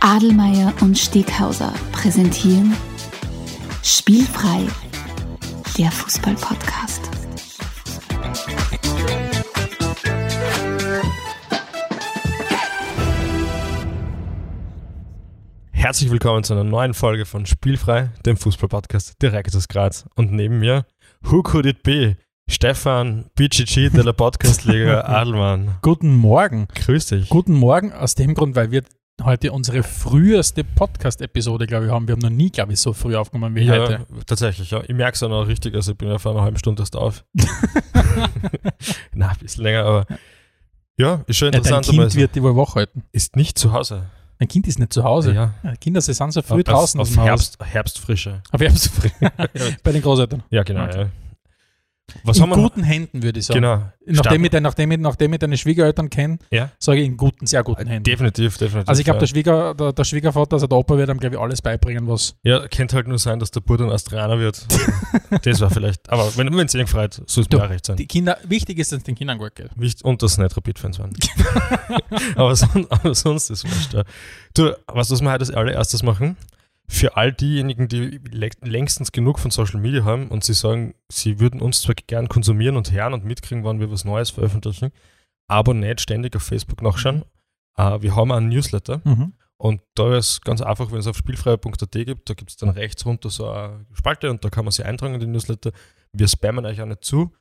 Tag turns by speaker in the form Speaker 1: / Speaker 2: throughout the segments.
Speaker 1: Adelmeier und Steghauser präsentieren Spielfrei, der Fußball-Podcast.
Speaker 2: Herzlich willkommen zu einer neuen Folge von Spielfrei, dem Fußball-Podcast direkt aus Graz. Und neben mir, who could it be? Stefan BGG de la Podcast-Liga Adelmann.
Speaker 3: Guten Morgen.
Speaker 2: Grüß dich.
Speaker 3: Guten Morgen aus dem Grund, weil wir heute unsere früheste Podcast-Episode, glaube ich, haben. Wir haben noch nie, glaube ich, so früh aufgenommen wie
Speaker 2: Ja,
Speaker 3: heute.
Speaker 2: tatsächlich, ja. Ich merke es auch noch richtig, also ich bin ja vor einer halben Stunde erst auf. Na, ein bisschen länger, aber ja, ist schon
Speaker 3: Ja, dein
Speaker 2: interessant.
Speaker 3: Kind
Speaker 2: aber es
Speaker 3: wird die wohl wach halten.
Speaker 2: ist nicht zu Hause.
Speaker 3: Dein Kind ist nicht zu Hause.
Speaker 2: Ja,
Speaker 3: Kinder, sie sind so früh
Speaker 2: auf,
Speaker 3: draußen
Speaker 2: Auf
Speaker 3: aus dem Haus.
Speaker 2: Herbst, Herbstfrische.
Speaker 3: Auf Herbst früh. Bei den Großeltern.
Speaker 2: Ja, genau.
Speaker 3: Okay.
Speaker 2: Ja. Was
Speaker 3: in
Speaker 2: haben wir?
Speaker 3: guten Händen, würde ich sagen.
Speaker 2: Genau.
Speaker 3: Nachdem, ich, dein- nachdem, ich, nachdem ich deine Schwiegereltern kenne,
Speaker 2: Ja. Äh,
Speaker 3: sage ich in guten, sehr guten Händen.
Speaker 2: Definitiv, definitiv.
Speaker 3: Also ich glaube,
Speaker 2: ja.
Speaker 3: der, Schwieger, der, der Schwiegervater, also der Opa wird ihm, glaube ich, alles beibringen, was...
Speaker 2: Ja, könnte halt nur sein, dass der Bruder ein Australier wird. das war vielleicht. Aber wenn es ihn freut, soll es mir
Speaker 3: Du,
Speaker 2: auch recht sein.
Speaker 3: Die Kinder, wichtig ist, dass es den Kindern gut geht.
Speaker 2: Wicht- Und dass es nicht Rapid-Fans waren. aber, son aber sonst ist wurscht. Ja. Du, was, was wir heute als allererstes machen? Für all diejenigen, die le- längstens genug von Social Media haben und sie sagen, sie würden uns zwar gern konsumieren und hören und mitkriegen, wann wir was Neues veröffentlichen, aber nicht ständig auf Facebook
Speaker 3: Mhm.
Speaker 2: nachschauen. Äh, wir haben einen Newsletter. Und da ist ganz einfach, wenn es auf spielfrei.at gibt, da gibt es dann rechts runter so eine Spalte und da kann man sich eintragen in den Newsletter. Wir spammen euch auch nicht zu.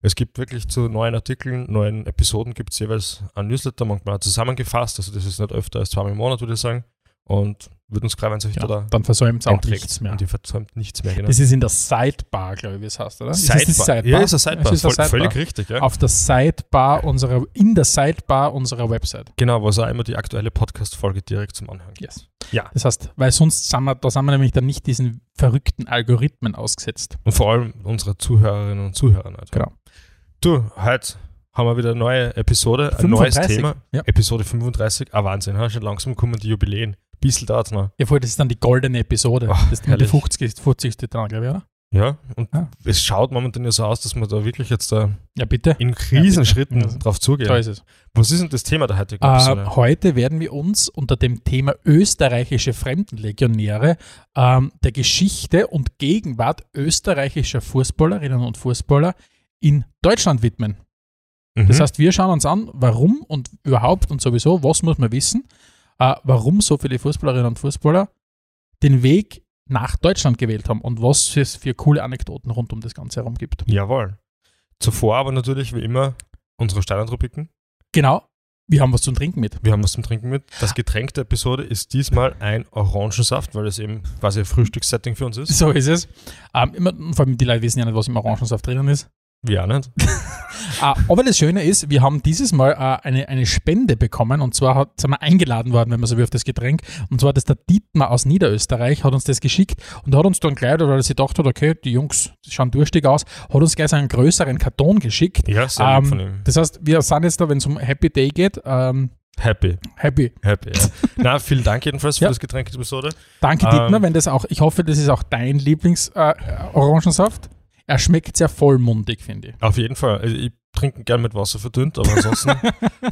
Speaker 2: Es gibt wirklich zu neuen Artikeln, neuen Episoden gibt es jeweils einen Newsletter, manchmal auch zusammengefasst. Also das ist nicht öfter als zweimal im Monat, würde ich sagen. Und würde uns gerade, wenn es euch
Speaker 3: Ja,
Speaker 2: da
Speaker 3: dann versäumt es auch
Speaker 2: einträgt.
Speaker 3: nichts mehr.
Speaker 2: Und ihr versäumt nichts mehr. Genau.
Speaker 3: Das ist in der Sidebar, glaube ich, wie es heißt, oder? Ist das die Sidebar?
Speaker 2: Ja, ist eine Sidebar.
Speaker 3: Es ist eine
Speaker 2: Voll,
Speaker 3: Sidebar.
Speaker 2: Völlig richtig, ja.
Speaker 3: Auf der Sidebar unserer, in der Sidebar unserer Website.
Speaker 2: Genau, was auch immer die aktuelle Podcast-Folge direkt zum Anhang gibt.
Speaker 3: Yes.
Speaker 2: Ja.
Speaker 3: Das heißt, weil sonst sind wir, da sind wir nämlich dann nicht diesen verrückten Algorithmen ausgesetzt.
Speaker 2: Und vor allem unsere Zuhörerinnen und Zuhörer. Halt.
Speaker 3: Genau.
Speaker 2: Du, heute haben wir wieder eine neue Episode, ein
Speaker 3: 35.
Speaker 2: neues Thema.
Speaker 3: Ja.
Speaker 2: Episode 35. Ah, Wahnsinn, ha? schon langsam kommen die Jubiläen. Bissl dauert noch.
Speaker 3: Ja, voll, das ist dann die goldene Episode.
Speaker 2: Ach,
Speaker 3: das ist dann die
Speaker 2: Oh, herrlich.
Speaker 3: 50. 50. dran, glaube ich, oder?
Speaker 2: Ja, und
Speaker 3: Ja.
Speaker 2: es schaut momentan ja so aus, dass wir da wirklich jetzt da
Speaker 3: Ja, bitte.
Speaker 2: in Riesenschritten
Speaker 3: Ja, bitte.
Speaker 2: drauf zugehen.
Speaker 3: Da ist es.
Speaker 2: Was ist denn das Thema der heutigen
Speaker 3: Äh,
Speaker 2: Episode?
Speaker 3: heute werden wir uns unter dem Thema österreichische Fremdenlegionäre ähm, der Geschichte und Gegenwart österreichischer Fußballerinnen und Fußballer in Deutschland widmen.
Speaker 2: Mhm.
Speaker 3: Das heißt, wir schauen uns an, warum und überhaupt und sowieso, was muss man wissen, äh, warum so viele Fußballerinnen und Fußballer den Weg nach Deutschland gewählt haben und was es für coole Anekdoten rund um das Ganze herum gibt.
Speaker 2: Jawohl. Zuvor aber natürlich, wie immer, unsere Standardrubriken.
Speaker 3: Genau, wir haben was zum Trinken mit.
Speaker 2: Wir haben was zum Trinken mit. Das Getränk der Episode ist diesmal ein Orangensaft, weil es eben quasi ein Frühstückssetting für uns ist.
Speaker 3: So ist es. Ähm, immer, vor allem die Leute wissen ja nicht, was im Orangensaft drinnen ist.
Speaker 2: Wir auch nicht.
Speaker 3: Ah, aber das Schöne ist, wir haben dieses Mal äh, eine, eine Spende bekommen und zwar hat, sind wir eingeladen worden, wenn man so will, auf das Getränk. Und zwar hat das der Dietmar aus Niederösterreich, hat uns das geschickt und hat uns dann gleich, weil er sich gedacht hat, okay, die Jungs schauen durstig aus, hat uns gleich so einen größeren Karton geschickt.
Speaker 2: Ja, sehr lieb
Speaker 3: Ähm,
Speaker 2: von ihm.
Speaker 3: Das heißt, wir sind jetzt da, wenn es um Happy Day geht, ähm,
Speaker 2: Happy.
Speaker 3: happy.
Speaker 2: Happy, ja. Na, vielen Dank jedenfalls für
Speaker 3: Ja.
Speaker 2: das Getränk der Episode.
Speaker 3: Danke,
Speaker 2: Ähm,
Speaker 3: Dietmar, wenn das auch, ich hoffe, das ist auch dein Lieblings-Orangensaft. er schmeckt sehr vollmundig, finde ich.
Speaker 2: Auf jeden Fall. Also ich trinke gern mit Wasser verdünnt, aber ansonsten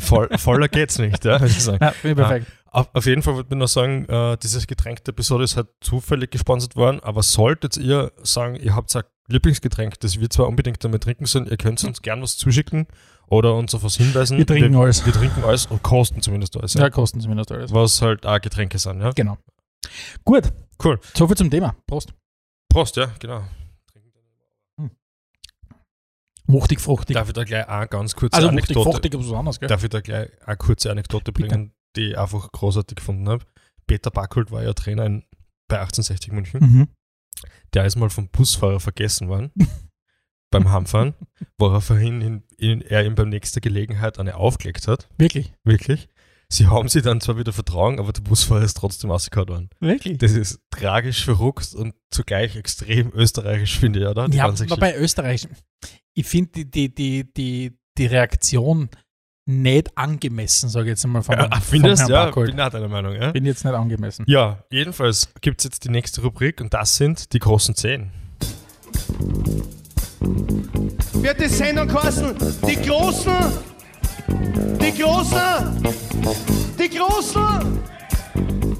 Speaker 2: voll, voller geht's nicht. Ja, muss ich sagen.
Speaker 3: Ja, finde ich perfekt.
Speaker 2: auf, auf jeden Fall würde ich noch sagen, äh, dieses Getränk der Episode ist halt zufällig gesponsert worden, aber solltet ihr sagen, ihr habt ein Lieblingsgetränk, das wir zwar unbedingt damit trinken sollen, ihr könnt uns gern was zuschicken oder uns auf was hinweisen.
Speaker 3: Wir trinken
Speaker 2: wir,
Speaker 3: alles.
Speaker 2: wir trinken alles und kosten zumindest alles. Ja.
Speaker 3: Ja, kosten zumindest alles.
Speaker 2: Was halt auch Getränke sind, ja.
Speaker 3: Genau. Gut.
Speaker 2: Cool.
Speaker 3: So viel zum Thema. Prost.
Speaker 2: Prost, ja, genau.
Speaker 3: Wuchtig, fruchtig.
Speaker 2: Darf ich da gleich auch ganz kurz
Speaker 3: also
Speaker 2: eine
Speaker 3: wuchtig,
Speaker 2: Anekdote-
Speaker 3: fruchtig ist was anderes, gell?
Speaker 2: Darf ich da gleich eine kurze Anekdote
Speaker 3: Bitte.
Speaker 2: bringen, die ich einfach großartig gefunden habe? Peter Backholt war ja Trainer in, bei 1860 München.
Speaker 3: Mhm.
Speaker 2: Der ist mal vom Busfahrer vergessen worden beim Heimfahren, woraufhin ihn, ihn, er ihm beim nächsten Gelegenheit eine aufgelegt hat.
Speaker 3: Wirklich.
Speaker 2: Wirklich. Sie haben sie dann zwar wieder vertragen, aber der Busfahrer ist trotzdem ausgehört worden.
Speaker 3: Wirklich.
Speaker 2: Das ist tragisch verrückt und zugleich extrem österreichisch, finde ich, oder? Die
Speaker 3: ja,
Speaker 2: ganze
Speaker 3: aber bei Österreich, ich finde die, die, die, die, die Reaktion nicht angemessen, sage ich jetzt einmal von,
Speaker 2: Geschichte.
Speaker 3: Herrn-
Speaker 2: ja, findest
Speaker 3: von
Speaker 2: du? Ja, bin
Speaker 3: Herrn Barkold.
Speaker 2: auch deiner Meinung. Ja,
Speaker 3: Bin jetzt nicht angemessen.
Speaker 2: ja jedenfalls gibt es jetzt die nächste Rubrik und das sind die großen Zehn.
Speaker 4: wird die Sendung kosten. Die Großen, die Großen, die Großen,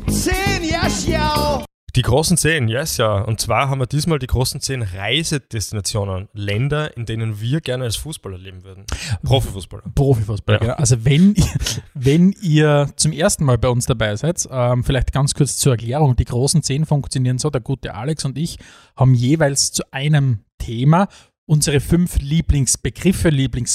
Speaker 4: Zehn, yes, ja.
Speaker 2: Die großen zehn, yes, ja. Und zwar haben wir diesmal die großen zehn Reisedestinationen, Länder, in denen wir gerne als Fußballer leben würden. Profifußballer.
Speaker 3: Profifußball.
Speaker 2: Ja.
Speaker 3: Ja. Also wenn, ihr- wenn ihr zum ersten Mal bei uns dabei seid, ähm, vielleicht ganz kurz zur Erklärung, die großen zehn funktionieren so, der gute Alex und ich haben jeweils zu einem Thema unsere fünf Lieblingsbegriffe,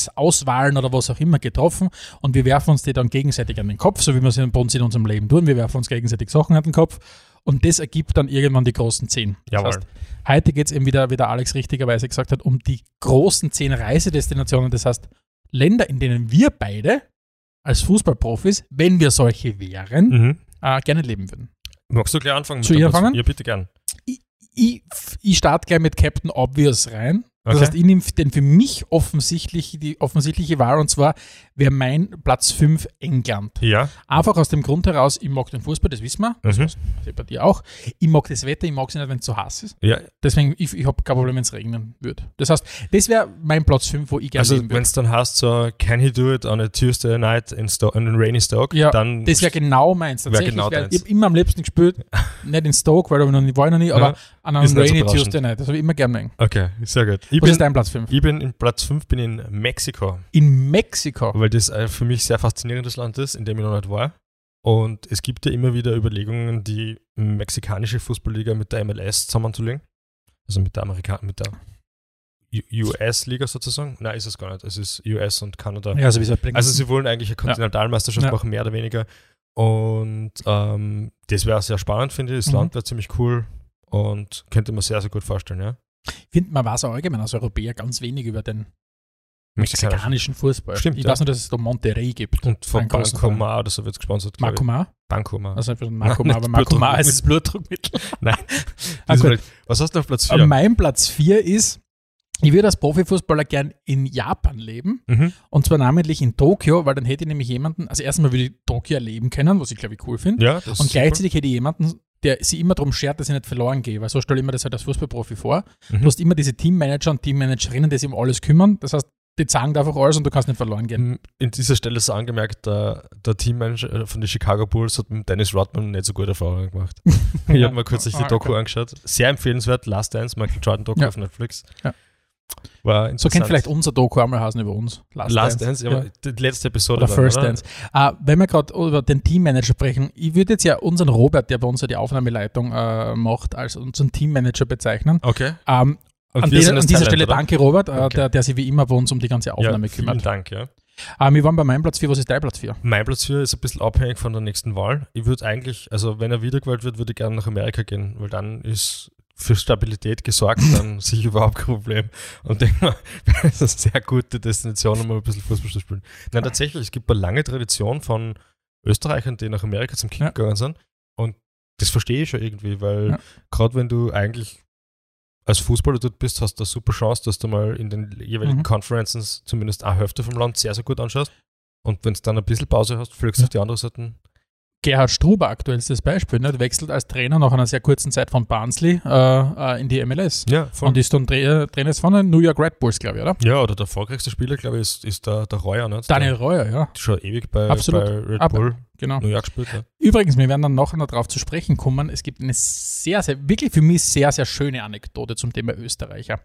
Speaker 3: Lieblingsauswahlen oder was auch immer getroffen und wir werfen uns die dann gegenseitig an den Kopf, so wie wir es in- bei uns in unserem Leben tun. Wir werfen uns gegenseitig Sachen an den Kopf und das ergibt dann irgendwann die großen zehn. Das
Speaker 2: Jawohl.
Speaker 3: heißt, Heute geht es eben wieder, wie der Alex richtigerweise gesagt hat, um die großen zehn Reisedestinationen. Das heißt, Länder, in denen wir beide als Fußballprofis, wenn wir solche wären,
Speaker 2: Mhm.
Speaker 3: äh, gerne leben würden.
Speaker 2: Magst du gleich anfangen? mit
Speaker 3: Soll
Speaker 2: der
Speaker 3: ich
Speaker 2: Person?
Speaker 3: anfangen?
Speaker 2: Ja, bitte gern.
Speaker 3: Ich, ich starte gleich mit Captain Obvious rein. Das
Speaker 2: Okay.
Speaker 3: heißt, ich nehme den für mich offensichtlich, die offensichtliche Wahl und zwar wäre mein Platz 5 England.
Speaker 2: Ja.
Speaker 3: Einfach aus dem Grund heraus, ich mag den Fußball, das wissen wir. Das
Speaker 2: Mhm.
Speaker 3: wissen wir bei dir auch. Ich mag das Wetter, ich mag es nicht, wenn es zu heiß ist.
Speaker 2: ja.
Speaker 3: Deswegen, ich, ich habe kein Problem, wenn es regnen wird. Das heißt, das wäre mein Platz 5, wo ich gerne
Speaker 2: Also,
Speaker 3: leben
Speaker 2: wenn
Speaker 3: würde.
Speaker 2: es dann heißt, so, can he do it on a Tuesday night in, Sto in a rainy Stoke,
Speaker 3: Ja,
Speaker 2: dann.
Speaker 3: das wäre genau meins. Tatsächlich,
Speaker 2: genau
Speaker 3: wär,
Speaker 2: deins.
Speaker 3: ich habe immer am liebsten gespielt, nicht in Stoke, weil da hab ich noch nie, war ich noch nie, aber
Speaker 2: Ja,
Speaker 3: an einem
Speaker 2: ist nicht so
Speaker 3: Rainy
Speaker 2: berauschend.
Speaker 3: Tuesday Night. Das habe ich immer gerne mögen.
Speaker 2: okay, sehr gut. Ich
Speaker 3: Was ist
Speaker 2: bin,
Speaker 3: dein Platz 5?
Speaker 2: ich bin in Platz 5 bin in Mexiko,
Speaker 3: In Mexiko.
Speaker 2: weil das ein für mich sehr faszinierendes Land ist, in dem ich noch nicht war. Und es gibt ja immer wieder Überlegungen, die mexikanische Fußballliga mit der MLS zusammenzulegen. Also mit der Amerika mit der US-Liga sozusagen. Nein, ist es gar nicht. Es ist US und Kanada.
Speaker 3: Ja, also wie gesagt,
Speaker 2: Also sie wollen eigentlich eine Kontinentalmeisterschaft
Speaker 3: Ja.
Speaker 2: machen, mehr oder weniger. Und ähm, das wäre sehr spannend, finde ich. Das
Speaker 3: Mhm.
Speaker 2: Land wäre ziemlich cool und könnte man sehr, sehr gut vorstellen, ja.
Speaker 3: ich finde, man weiß auch allgemein als Europäer ganz wenig über den
Speaker 2: Mexikaner.
Speaker 3: mexikanischen Fußball.
Speaker 2: Stimmt,
Speaker 3: ich
Speaker 2: ja.
Speaker 3: weiß nur, dass es da Monterrey gibt.
Speaker 2: Und von
Speaker 3: Einen großen
Speaker 2: Banco
Speaker 3: Verein.
Speaker 2: Ma oder so wird es gesponsert. glaub ich.
Speaker 3: Marco Mar?
Speaker 2: Banco Ma.
Speaker 3: Also einfach Marco
Speaker 2: Nein,
Speaker 3: Mar,
Speaker 2: nicht
Speaker 3: aber Marco Mar ist
Speaker 2: Blutdruckmittel.
Speaker 3: das Blutdruckmittel.
Speaker 2: Nein.
Speaker 3: ah,
Speaker 2: Das
Speaker 3: gut.
Speaker 2: ist halt- Was hast du auf Platz
Speaker 3: Äh,
Speaker 2: 4?
Speaker 3: Mein Platz 4 ist, ich würde als Profifußballer gern in Japan leben.
Speaker 2: Mhm.
Speaker 3: Und zwar namentlich in Tokio, weil dann hätte ich nämlich jemanden, also erstmal würde ich Tokio erleben können, was ich glaube ich cool finde.
Speaker 2: Ja, das
Speaker 3: und
Speaker 2: ist cool.
Speaker 3: gleichzeitig hätte ich jemanden, der sich immer darum schert, dass ich nicht verloren gehe, weil so stelle ich mir das halt als Fußballprofi vor.
Speaker 2: Mhm.
Speaker 3: Du hast immer diese Teammanager und Teammanagerinnen, die sich um alles kümmern. Das heißt, die zahlen da einfach alles und du kannst nicht verloren gehen.
Speaker 2: In dieser Stelle ist angemerkt, der, der Teammanager äh, von den Chicago Bulls hat mit Dennis Rodman nicht so gute Erfahrungen gemacht. ich habe mir kürzlich die
Speaker 3: Ah,
Speaker 2: Doku
Speaker 3: okay.
Speaker 2: angeschaut. Sehr empfehlenswert, Last Dance, Michael Jordan Doku
Speaker 3: Ja.
Speaker 2: auf Netflix.
Speaker 3: Ja.
Speaker 2: War
Speaker 3: So kennt
Speaker 2: interessant.
Speaker 3: vielleicht unser Doku einmal Hasen über uns.
Speaker 2: Last, Dance, ja,
Speaker 3: ja.
Speaker 2: aber die letzte Episode.
Speaker 3: Oder
Speaker 2: dann,
Speaker 3: First Dance. Ah, wenn wir gerade über den Teammanager sprechen, ich würde jetzt ja unseren Robert, der bei uns ja die Aufnahmeleitung äh, macht, als unseren Teammanager bezeichnen.
Speaker 2: Okay.
Speaker 3: Ähm,
Speaker 2: Und
Speaker 3: an
Speaker 2: wir
Speaker 3: dieser,
Speaker 2: sind das
Speaker 3: an dieser
Speaker 2: Talent,
Speaker 3: Stelle
Speaker 2: oder?
Speaker 3: danke, Robert, äh,
Speaker 2: Okay.
Speaker 3: der, der sich wie immer bei uns um die ganze Aufnahme
Speaker 2: ja, vielen
Speaker 3: kümmert.
Speaker 2: Dank, ja.
Speaker 3: Ähm, wir waren bei meinem Platz 4. Was ist dein Platz 4?
Speaker 2: Mein Platz 4 ist ein bisschen abhängig von der nächsten Wahl. Ich würde eigentlich, also wenn er wiedergewählt wird, würde ich gerne nach Amerika gehen, weil dann ist für Stabilität gesorgt, dann sehe ich überhaupt kein Problem. Und denke mal, das ist eine sehr gute Destination, um mal ein bisschen Fußball zu spielen. Nein, tatsächlich, es gibt eine lange Tradition von Österreichern, die nach Amerika zum Kick
Speaker 3: Ja.
Speaker 2: gegangen sind. Und das verstehe ich schon irgendwie, weil
Speaker 3: Ja.
Speaker 2: gerade wenn du eigentlich als Fußballer dort bist, hast du eine super Chance, dass du mal in den jeweiligen
Speaker 3: Mhm.
Speaker 2: Conferences zumindest eine Hälfte vom Land sehr, sehr gut anschaust. Und wenn du dann ein bisschen Pause hast, fliegst du
Speaker 3: Ja.
Speaker 2: auf die andere Seite.
Speaker 3: Gerhard Struber, aktuellstes Beispiel, nicht? wechselt als Trainer nach einer sehr kurzen Zeit von Barnsley äh, äh, in die MLS.
Speaker 2: Ja,
Speaker 3: Und ist dann Tra Trainer von den New York Red Bulls, glaube ich, oder?
Speaker 2: ja, oder der erfolgreichste Spieler, glaube ich, ist, ist der, der Reuer, ne? nicht?
Speaker 3: Daniel Reuer, ja,
Speaker 2: Der schon ewig bei,
Speaker 3: Absolut.
Speaker 2: bei Red
Speaker 3: Ah,
Speaker 2: Bull
Speaker 3: genau.
Speaker 2: New York gespielt. Ja.
Speaker 3: Übrigens, wir werden dann nachher noch darauf zu sprechen kommen. Es gibt eine sehr, sehr, wirklich für mich sehr, sehr schöne Anekdote zum Thema Österreicher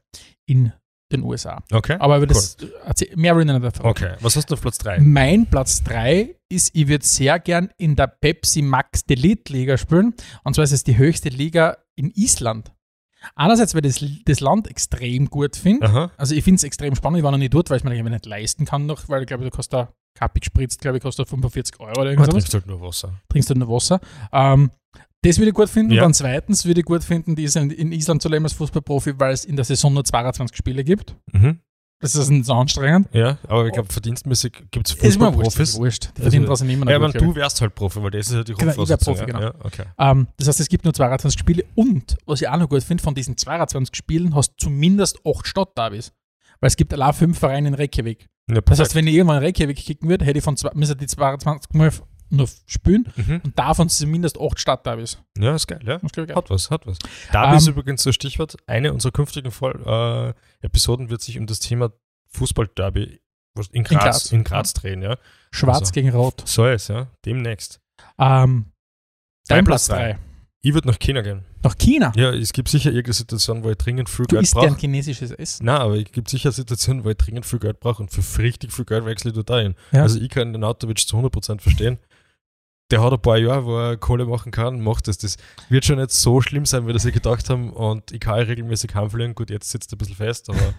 Speaker 3: in den USA.
Speaker 2: Okay.
Speaker 3: Aber über das erzähl- mehr will ich nicht davon.
Speaker 2: okay, was hast du auf Platz 3?
Speaker 3: Mein Platz 3 ist, ich würde sehr gern in der Pepsi Max Delete Liga spielen. Und zwar ist es die höchste Liga in Island. Einerseits, weil ich das, das Land extrem gut finde.
Speaker 2: Aha.
Speaker 3: Also ich finde es extrem spannend. Ich war noch nie dort, weil ich mir das einfach nicht leisten kann noch, weil ich glaube, du kostet da Kapi gespritzt, glaube ich, kostet 45 Euro oder
Speaker 2: Du
Speaker 3: irgendwas
Speaker 2: trinkst halt nur Wasser.
Speaker 3: trinkst du nur Wasser. Ähm, das würde ich gut finden.
Speaker 2: Ja.
Speaker 3: Und dann zweitens würde ich gut finden, die sind in Island zu leben als Fußballprofi, weil es in der Saison nur 22 Spiele gibt.
Speaker 2: Mhm.
Speaker 3: Das ist nicht so anstrengend.
Speaker 2: Ja, aber ich glaube, verdienstmäßig gibt es
Speaker 3: Ist mir wurscht. Ist
Speaker 2: Fußballprofis.
Speaker 3: mir wurscht. Die verdienen
Speaker 2: Also,
Speaker 3: draußen immer
Speaker 2: Ja,
Speaker 3: noch
Speaker 2: aber
Speaker 3: gut, glaub
Speaker 2: du wärst halt Profi, weil das ist ja die
Speaker 3: Genau, ich wär
Speaker 2: Grundvoraussetzung.
Speaker 3: Profi,
Speaker 2: ja.
Speaker 3: genau.
Speaker 2: Ja, okay.
Speaker 3: ich. ähm, das heißt, es gibt nur 22 Spiele und, was ich auch noch gut finde, von diesen 22 Spielen hast du zumindest 8 Stadtderbys. Weil es gibt allein 5 Vereine in Reykjavik.
Speaker 2: Ja,
Speaker 3: Das
Speaker 2: perfekt.
Speaker 3: heißt, wenn ich irgendwann in Reykjavik kicken würde, hätte ich von zwei, müsste die 22 Mal nur spielen
Speaker 2: mhm.
Speaker 3: und davon zumindest 8 Stadtderbys.
Speaker 2: ja, ist geil, ja.
Speaker 3: Das glaub ich auch.
Speaker 2: Hat was, hat was. Da ist
Speaker 3: Ähm,
Speaker 2: übrigens das Stichwort. Eine unserer künftigen Voll äh, Episoden wird sich um das Thema Fußballderby was- in Graz, in Graz.
Speaker 3: Graz.
Speaker 2: drehen, ja.
Speaker 3: Schwarz
Speaker 2: Also.
Speaker 3: gegen Rot.
Speaker 2: So ist, ja. Demnächst.
Speaker 3: Ähm, Dein Platz 3.
Speaker 2: Ich würde nach China gehen.
Speaker 3: Nach China.
Speaker 2: Ja, es gibt sicher irgendeine Situation, wo ich dringend viel
Speaker 3: Du
Speaker 2: Geld
Speaker 3: isst gern
Speaker 2: brauche.
Speaker 3: chinesisches Essen.
Speaker 2: Nein, aber es gibt sicher Situationen, wo ich dringend viel Geld brauche und für richtig viel Geld wechsle ich dort ein.
Speaker 3: Ja.
Speaker 2: Also ich kann den Autowitsch zu 100% verstehen. Der hat ein paar Jahre, wo er Kohle machen kann, macht es. Das wird schon nicht so schlimm sein, wie das sie gedacht haben. Und ich kann ja regelmäßig heimfliegen. Gut, jetzt sitzt er ein bisschen fest, aber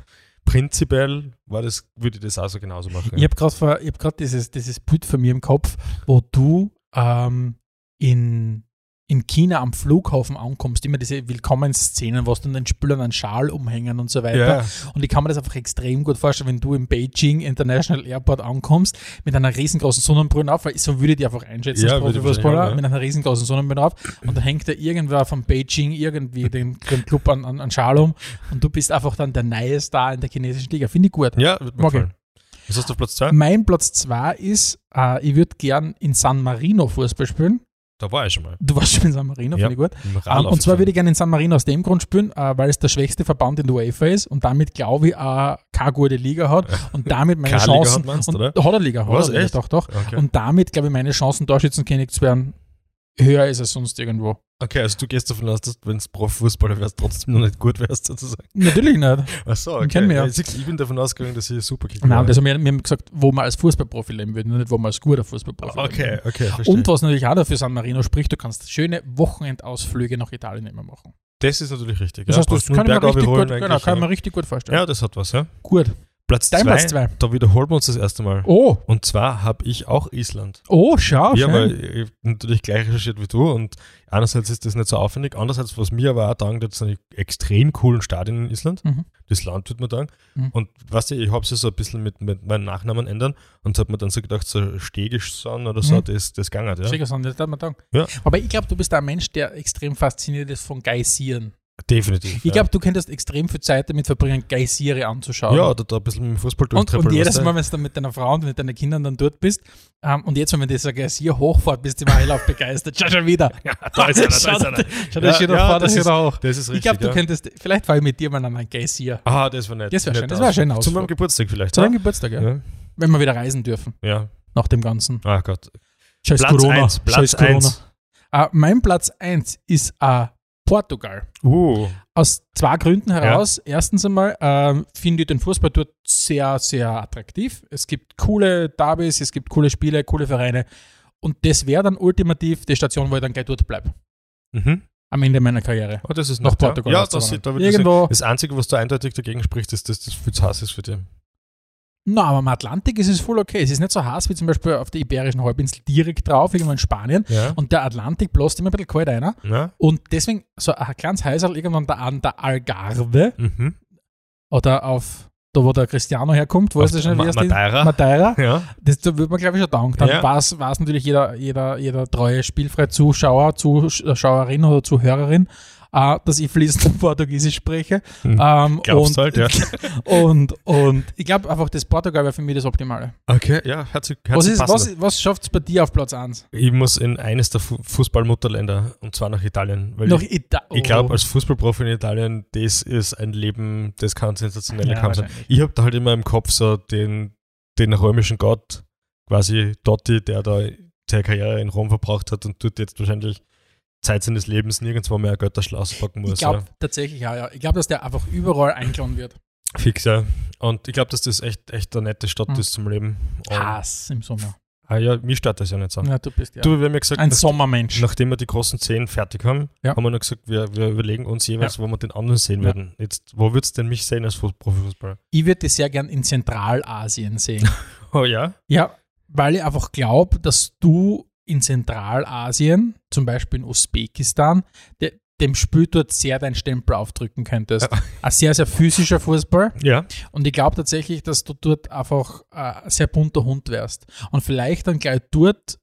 Speaker 2: prinzipiell war das, würde ich das auch so genauso machen.
Speaker 3: Ich habe gerade hab grad dieses, dieses Bild von mir im Kopf, wo du ähm, in, in China am Flughafen ankommst. Immer diese Willkommensszenen, wo du den Spülern einen Schal umhängen und so weiter.
Speaker 2: ja,
Speaker 3: Und ich kann mir das einfach extrem gut vorstellen, wenn du im Beijing International Airport ankommst, mit einer riesengroßen Sonnenbrille auf, weil so würde ich die einfach einschätzen,
Speaker 2: Ja,
Speaker 3: als
Speaker 2: würde ich
Speaker 3: Profifußballer,
Speaker 2: wahrscheinlich auch,
Speaker 3: mit einer riesengroßen Sonnenbrille auf und da hängt da irgendwer von Beijing irgendwie den, den Club an, an, an Schal um und du bist einfach dann der neue Star in der chinesischen Liga. Finde ich gut.
Speaker 2: ja wird mir
Speaker 3: Okay.
Speaker 2: gefallen. Was hast du auf Platz 2?
Speaker 3: Mein Platz 2 ist, äh, ich würde gern in San Marino Fußball spielen.
Speaker 2: Da war ich schon mal.
Speaker 3: Du warst schon in San Marino,
Speaker 2: Ja.
Speaker 3: finde ich gut.
Speaker 2: Im
Speaker 3: Ähm, und zwar
Speaker 2: Radlaufgefahren.
Speaker 3: würde ich gerne in San Marino aus dem Grund spielen, äh, weil es der schwächste Verband in der UEFA ist und damit, glaube ich, äh, keine gute Liga hat und damit meine
Speaker 2: Keine Liga hat,
Speaker 3: Chancen.
Speaker 2: meinst du,
Speaker 3: und,
Speaker 2: oder?
Speaker 3: Hat er Liga, hat
Speaker 2: Was,
Speaker 3: er Liga,
Speaker 2: echt?
Speaker 3: doch, doch.
Speaker 2: Okay.
Speaker 3: Und damit, glaube ich, meine Chancen, Torschützenkönig zu werden, höher ist als sonst irgendwo.
Speaker 2: Okay, also du gehst davon aus, dass wenn es Profifußballer wärst, trotzdem noch nicht gut wärst, sozusagen.
Speaker 3: Natürlich nicht.
Speaker 2: Achso, okay.
Speaker 3: Kennen wir ja.
Speaker 2: ich, ich bin davon ausgegangen, dass ich super kick
Speaker 3: Nein, also wir, wir haben gesagt, wo man als Fußballprofi leben würde, nicht wo man als guter Fußballprofi leben
Speaker 2: Okay,
Speaker 3: würde.
Speaker 2: okay, verstehe.
Speaker 3: Und was natürlich auch dafür San Marino spricht, du kannst schöne Wochenendausflüge nach Italien immer machen.
Speaker 2: das ist natürlich richtig.
Speaker 3: Das
Speaker 2: ja.
Speaker 3: heißt, das
Speaker 2: Brauchst nur
Speaker 3: kann ich, mir
Speaker 2: bergauf
Speaker 3: richtig
Speaker 2: holen
Speaker 3: gut, genau,
Speaker 2: eigentlich,
Speaker 3: kann ich
Speaker 2: ja.
Speaker 3: mir richtig gut vorstellen.
Speaker 2: ja, das hat was, ja.
Speaker 3: Gut.
Speaker 2: Platz
Speaker 3: Dein
Speaker 2: 2.
Speaker 3: Platz zwei.
Speaker 2: Da wiederholen wir uns das erste Mal.
Speaker 3: Oh,
Speaker 2: Und zwar habe ich auch Island.
Speaker 3: oh, schau,
Speaker 2: ja,
Speaker 3: schön.
Speaker 2: weil ich hab äh, natürlich gleich recherchiert wie du und einerseits ist das nicht so aufwendig, andererseits, was mir aber auch taugt, das sind die extrem coolen Stadien in Island.
Speaker 3: Mhm.
Speaker 2: Das Land wird mir sagen.
Speaker 3: Mhm.
Speaker 2: Und weißt du, ich habe es ja so ein bisschen mit, mit meinen Nachnamen ändern und habe mir dann so gedacht, so stegisch sein oder so,
Speaker 3: Mhm.
Speaker 2: das, das ging halt, ja.
Speaker 3: Schicker Song, das darf man sagen.
Speaker 2: Ja.
Speaker 3: Aber ich glaube, du bist ein Mensch, der extrem fasziniert ist von Geisieren.
Speaker 2: Definitiv.
Speaker 3: Ich glaube, du könntest extrem viel Zeit damit verbringen, Geisiere
Speaker 2: ja.
Speaker 3: anzuschauen.
Speaker 2: ja, oder da ein bisschen mit dem Fußball
Speaker 3: und,
Speaker 2: durchtreppeln.
Speaker 3: und jedes
Speaker 2: weißt du?
Speaker 3: Mal, wenn du dann mit deiner Frau und mit deinen Kindern dann dort bist, ähm, und jetzt, wenn dieser Geysir hochfahrt, bist du immer heilauf begeistert. Schau schon wieder.
Speaker 2: Da ist einer, da ist
Speaker 3: Schau
Speaker 2: einer.
Speaker 3: dir- schau dir schon vor, das ist
Speaker 2: auch. Das ist richtig.
Speaker 3: Ich glaube, du
Speaker 2: ja.
Speaker 3: könntest, vielleicht fahre ich mit dir mal an einen Geysir.
Speaker 2: Ah, das war nett.
Speaker 3: Das war
Speaker 2: Nett
Speaker 3: schön, das war ein schöner
Speaker 2: Zu meinem
Speaker 3: Ausflug.
Speaker 2: Geburtstag vielleicht.
Speaker 3: Zu deinem
Speaker 2: ja?
Speaker 3: Geburtstag, ja.
Speaker 2: ja.
Speaker 3: Wenn wir wieder reisen dürfen,
Speaker 2: Ja.
Speaker 3: nach dem Ganzen.
Speaker 2: Ah Gott.
Speaker 3: Scheiß
Speaker 2: Platz
Speaker 3: Corona.
Speaker 2: eins, Platz
Speaker 3: Scheiß Corona.
Speaker 2: eins.
Speaker 3: Äh, mein Platz 1 ist äh, Portugal.
Speaker 2: Uh.
Speaker 3: Aus zwei Gründen heraus. Erstens einmal ähm, finde ich den Fußball dort sehr, sehr attraktiv. Es gibt coole Derbys, es gibt coole Spiele, coole Vereine. Und das wäre dann ultimativ die Station, wo ich dann gleich dort bleibe.
Speaker 2: Mhm.
Speaker 3: Am Ende meiner Karriere.
Speaker 2: Oh, das ist
Speaker 3: Nach
Speaker 2: nett, ja.
Speaker 3: Portugal
Speaker 2: Ja, das
Speaker 3: rauszuwandern.
Speaker 2: sieht da würde ich sagen,
Speaker 3: Irgendwo.
Speaker 2: Das Einzige, was da eindeutig dagegen spricht, ist, dass das viel zu heiß ist für dich.
Speaker 3: Na, aber am Atlantik ist es voll okay. Es ist nicht so heiß wie zum Beispiel auf der Iberischen Halbinsel direkt drauf, irgendwo in Spanien.
Speaker 2: Ja.
Speaker 3: Und der Atlantik bläst immer ein bisschen kalt einer.
Speaker 2: Na?
Speaker 3: Und deswegen, so ein kleines Häuserl irgendwann da an der Algarve
Speaker 2: Mhm.
Speaker 3: oder auf da, wo der Cristiano herkommt, wo
Speaker 2: Auf
Speaker 3: ist das schon
Speaker 2: Ma-
Speaker 3: wie heißt die?
Speaker 2: Madeira.
Speaker 3: Madeira.
Speaker 2: Ja.
Speaker 3: Das, da würde man, glaube ich, schon danken. Dann
Speaker 2: Ja.
Speaker 3: war es natürlich jeder, jeder, jeder treue, spielfreie Zuschauer, Zuschauerin oder Zuhörerin, äh, dass ich fließend Portugiesisch spreche.
Speaker 2: Hm.
Speaker 3: Ähm,
Speaker 2: Glaubst
Speaker 3: und,
Speaker 2: halt, ja.
Speaker 3: und, und ich glaube einfach, das Portugal wäre für mich das Optimale.
Speaker 2: Okay, ja, herzlich,
Speaker 3: Was,
Speaker 2: herzlich
Speaker 3: ist- was, was schafft es bei dir auf Platz 1?
Speaker 2: Ich muss in eines der Fu Fußballmutterländer, und zwar nach Italien. Weil ich,
Speaker 3: Italien.
Speaker 2: ich glaube, als Fußballprofi in Italien, das ist ein Leben, das kann sensationell
Speaker 3: Ja,
Speaker 2: ja, sein.
Speaker 3: wahrscheinlich.
Speaker 2: Ich habe da halt immer im Kopf so den, den römischen Gott, quasi Dotti, der da seine Karriere in Rom verbracht hat und tut jetzt wahrscheinlich Zeit seines Lebens nirgendwo mehr ein Götterschloss packen muss.
Speaker 3: ich glaube
Speaker 2: ja.
Speaker 3: tatsächlich, ja, ja. Ich glaube, dass der einfach überall einklauen wird.
Speaker 2: Fix, ja. Und ich glaube, dass das echt, echt eine nette Stadt
Speaker 3: Mhm.
Speaker 2: ist zum Leben. Und,
Speaker 3: Hass im Sommer.
Speaker 2: ah ja, mir stört das ja nicht so.
Speaker 3: Ja, du bist ja
Speaker 2: Du, wir haben ja gesagt,
Speaker 3: ein
Speaker 2: dass-
Speaker 3: Sommermensch.
Speaker 2: Nachdem wir die großen zehn fertig haben,
Speaker 3: Ja.
Speaker 2: haben wir noch gesagt, wir, wir überlegen uns jeweils, wo wir den anderen sehen
Speaker 3: Ja.
Speaker 2: werden. Jetzt, wo würdest denn mich sehen als Fuß- Profifußballer?
Speaker 3: Ich würde das sehr gern in Zentralasien sehen.
Speaker 2: Oh ja?
Speaker 3: Ja, weil ich einfach glaube, dass du in Zentralasien, zum Beispiel in Usbekistan, de, dem Spiel dort sehr deinen Stempel aufdrücken könntest. Ein sehr, sehr physischer Fußball.
Speaker 2: Ja.
Speaker 3: Und ich glaube tatsächlich, dass du dort einfach äh, ein sehr bunter Hund wärst. Und vielleicht dann gleich dort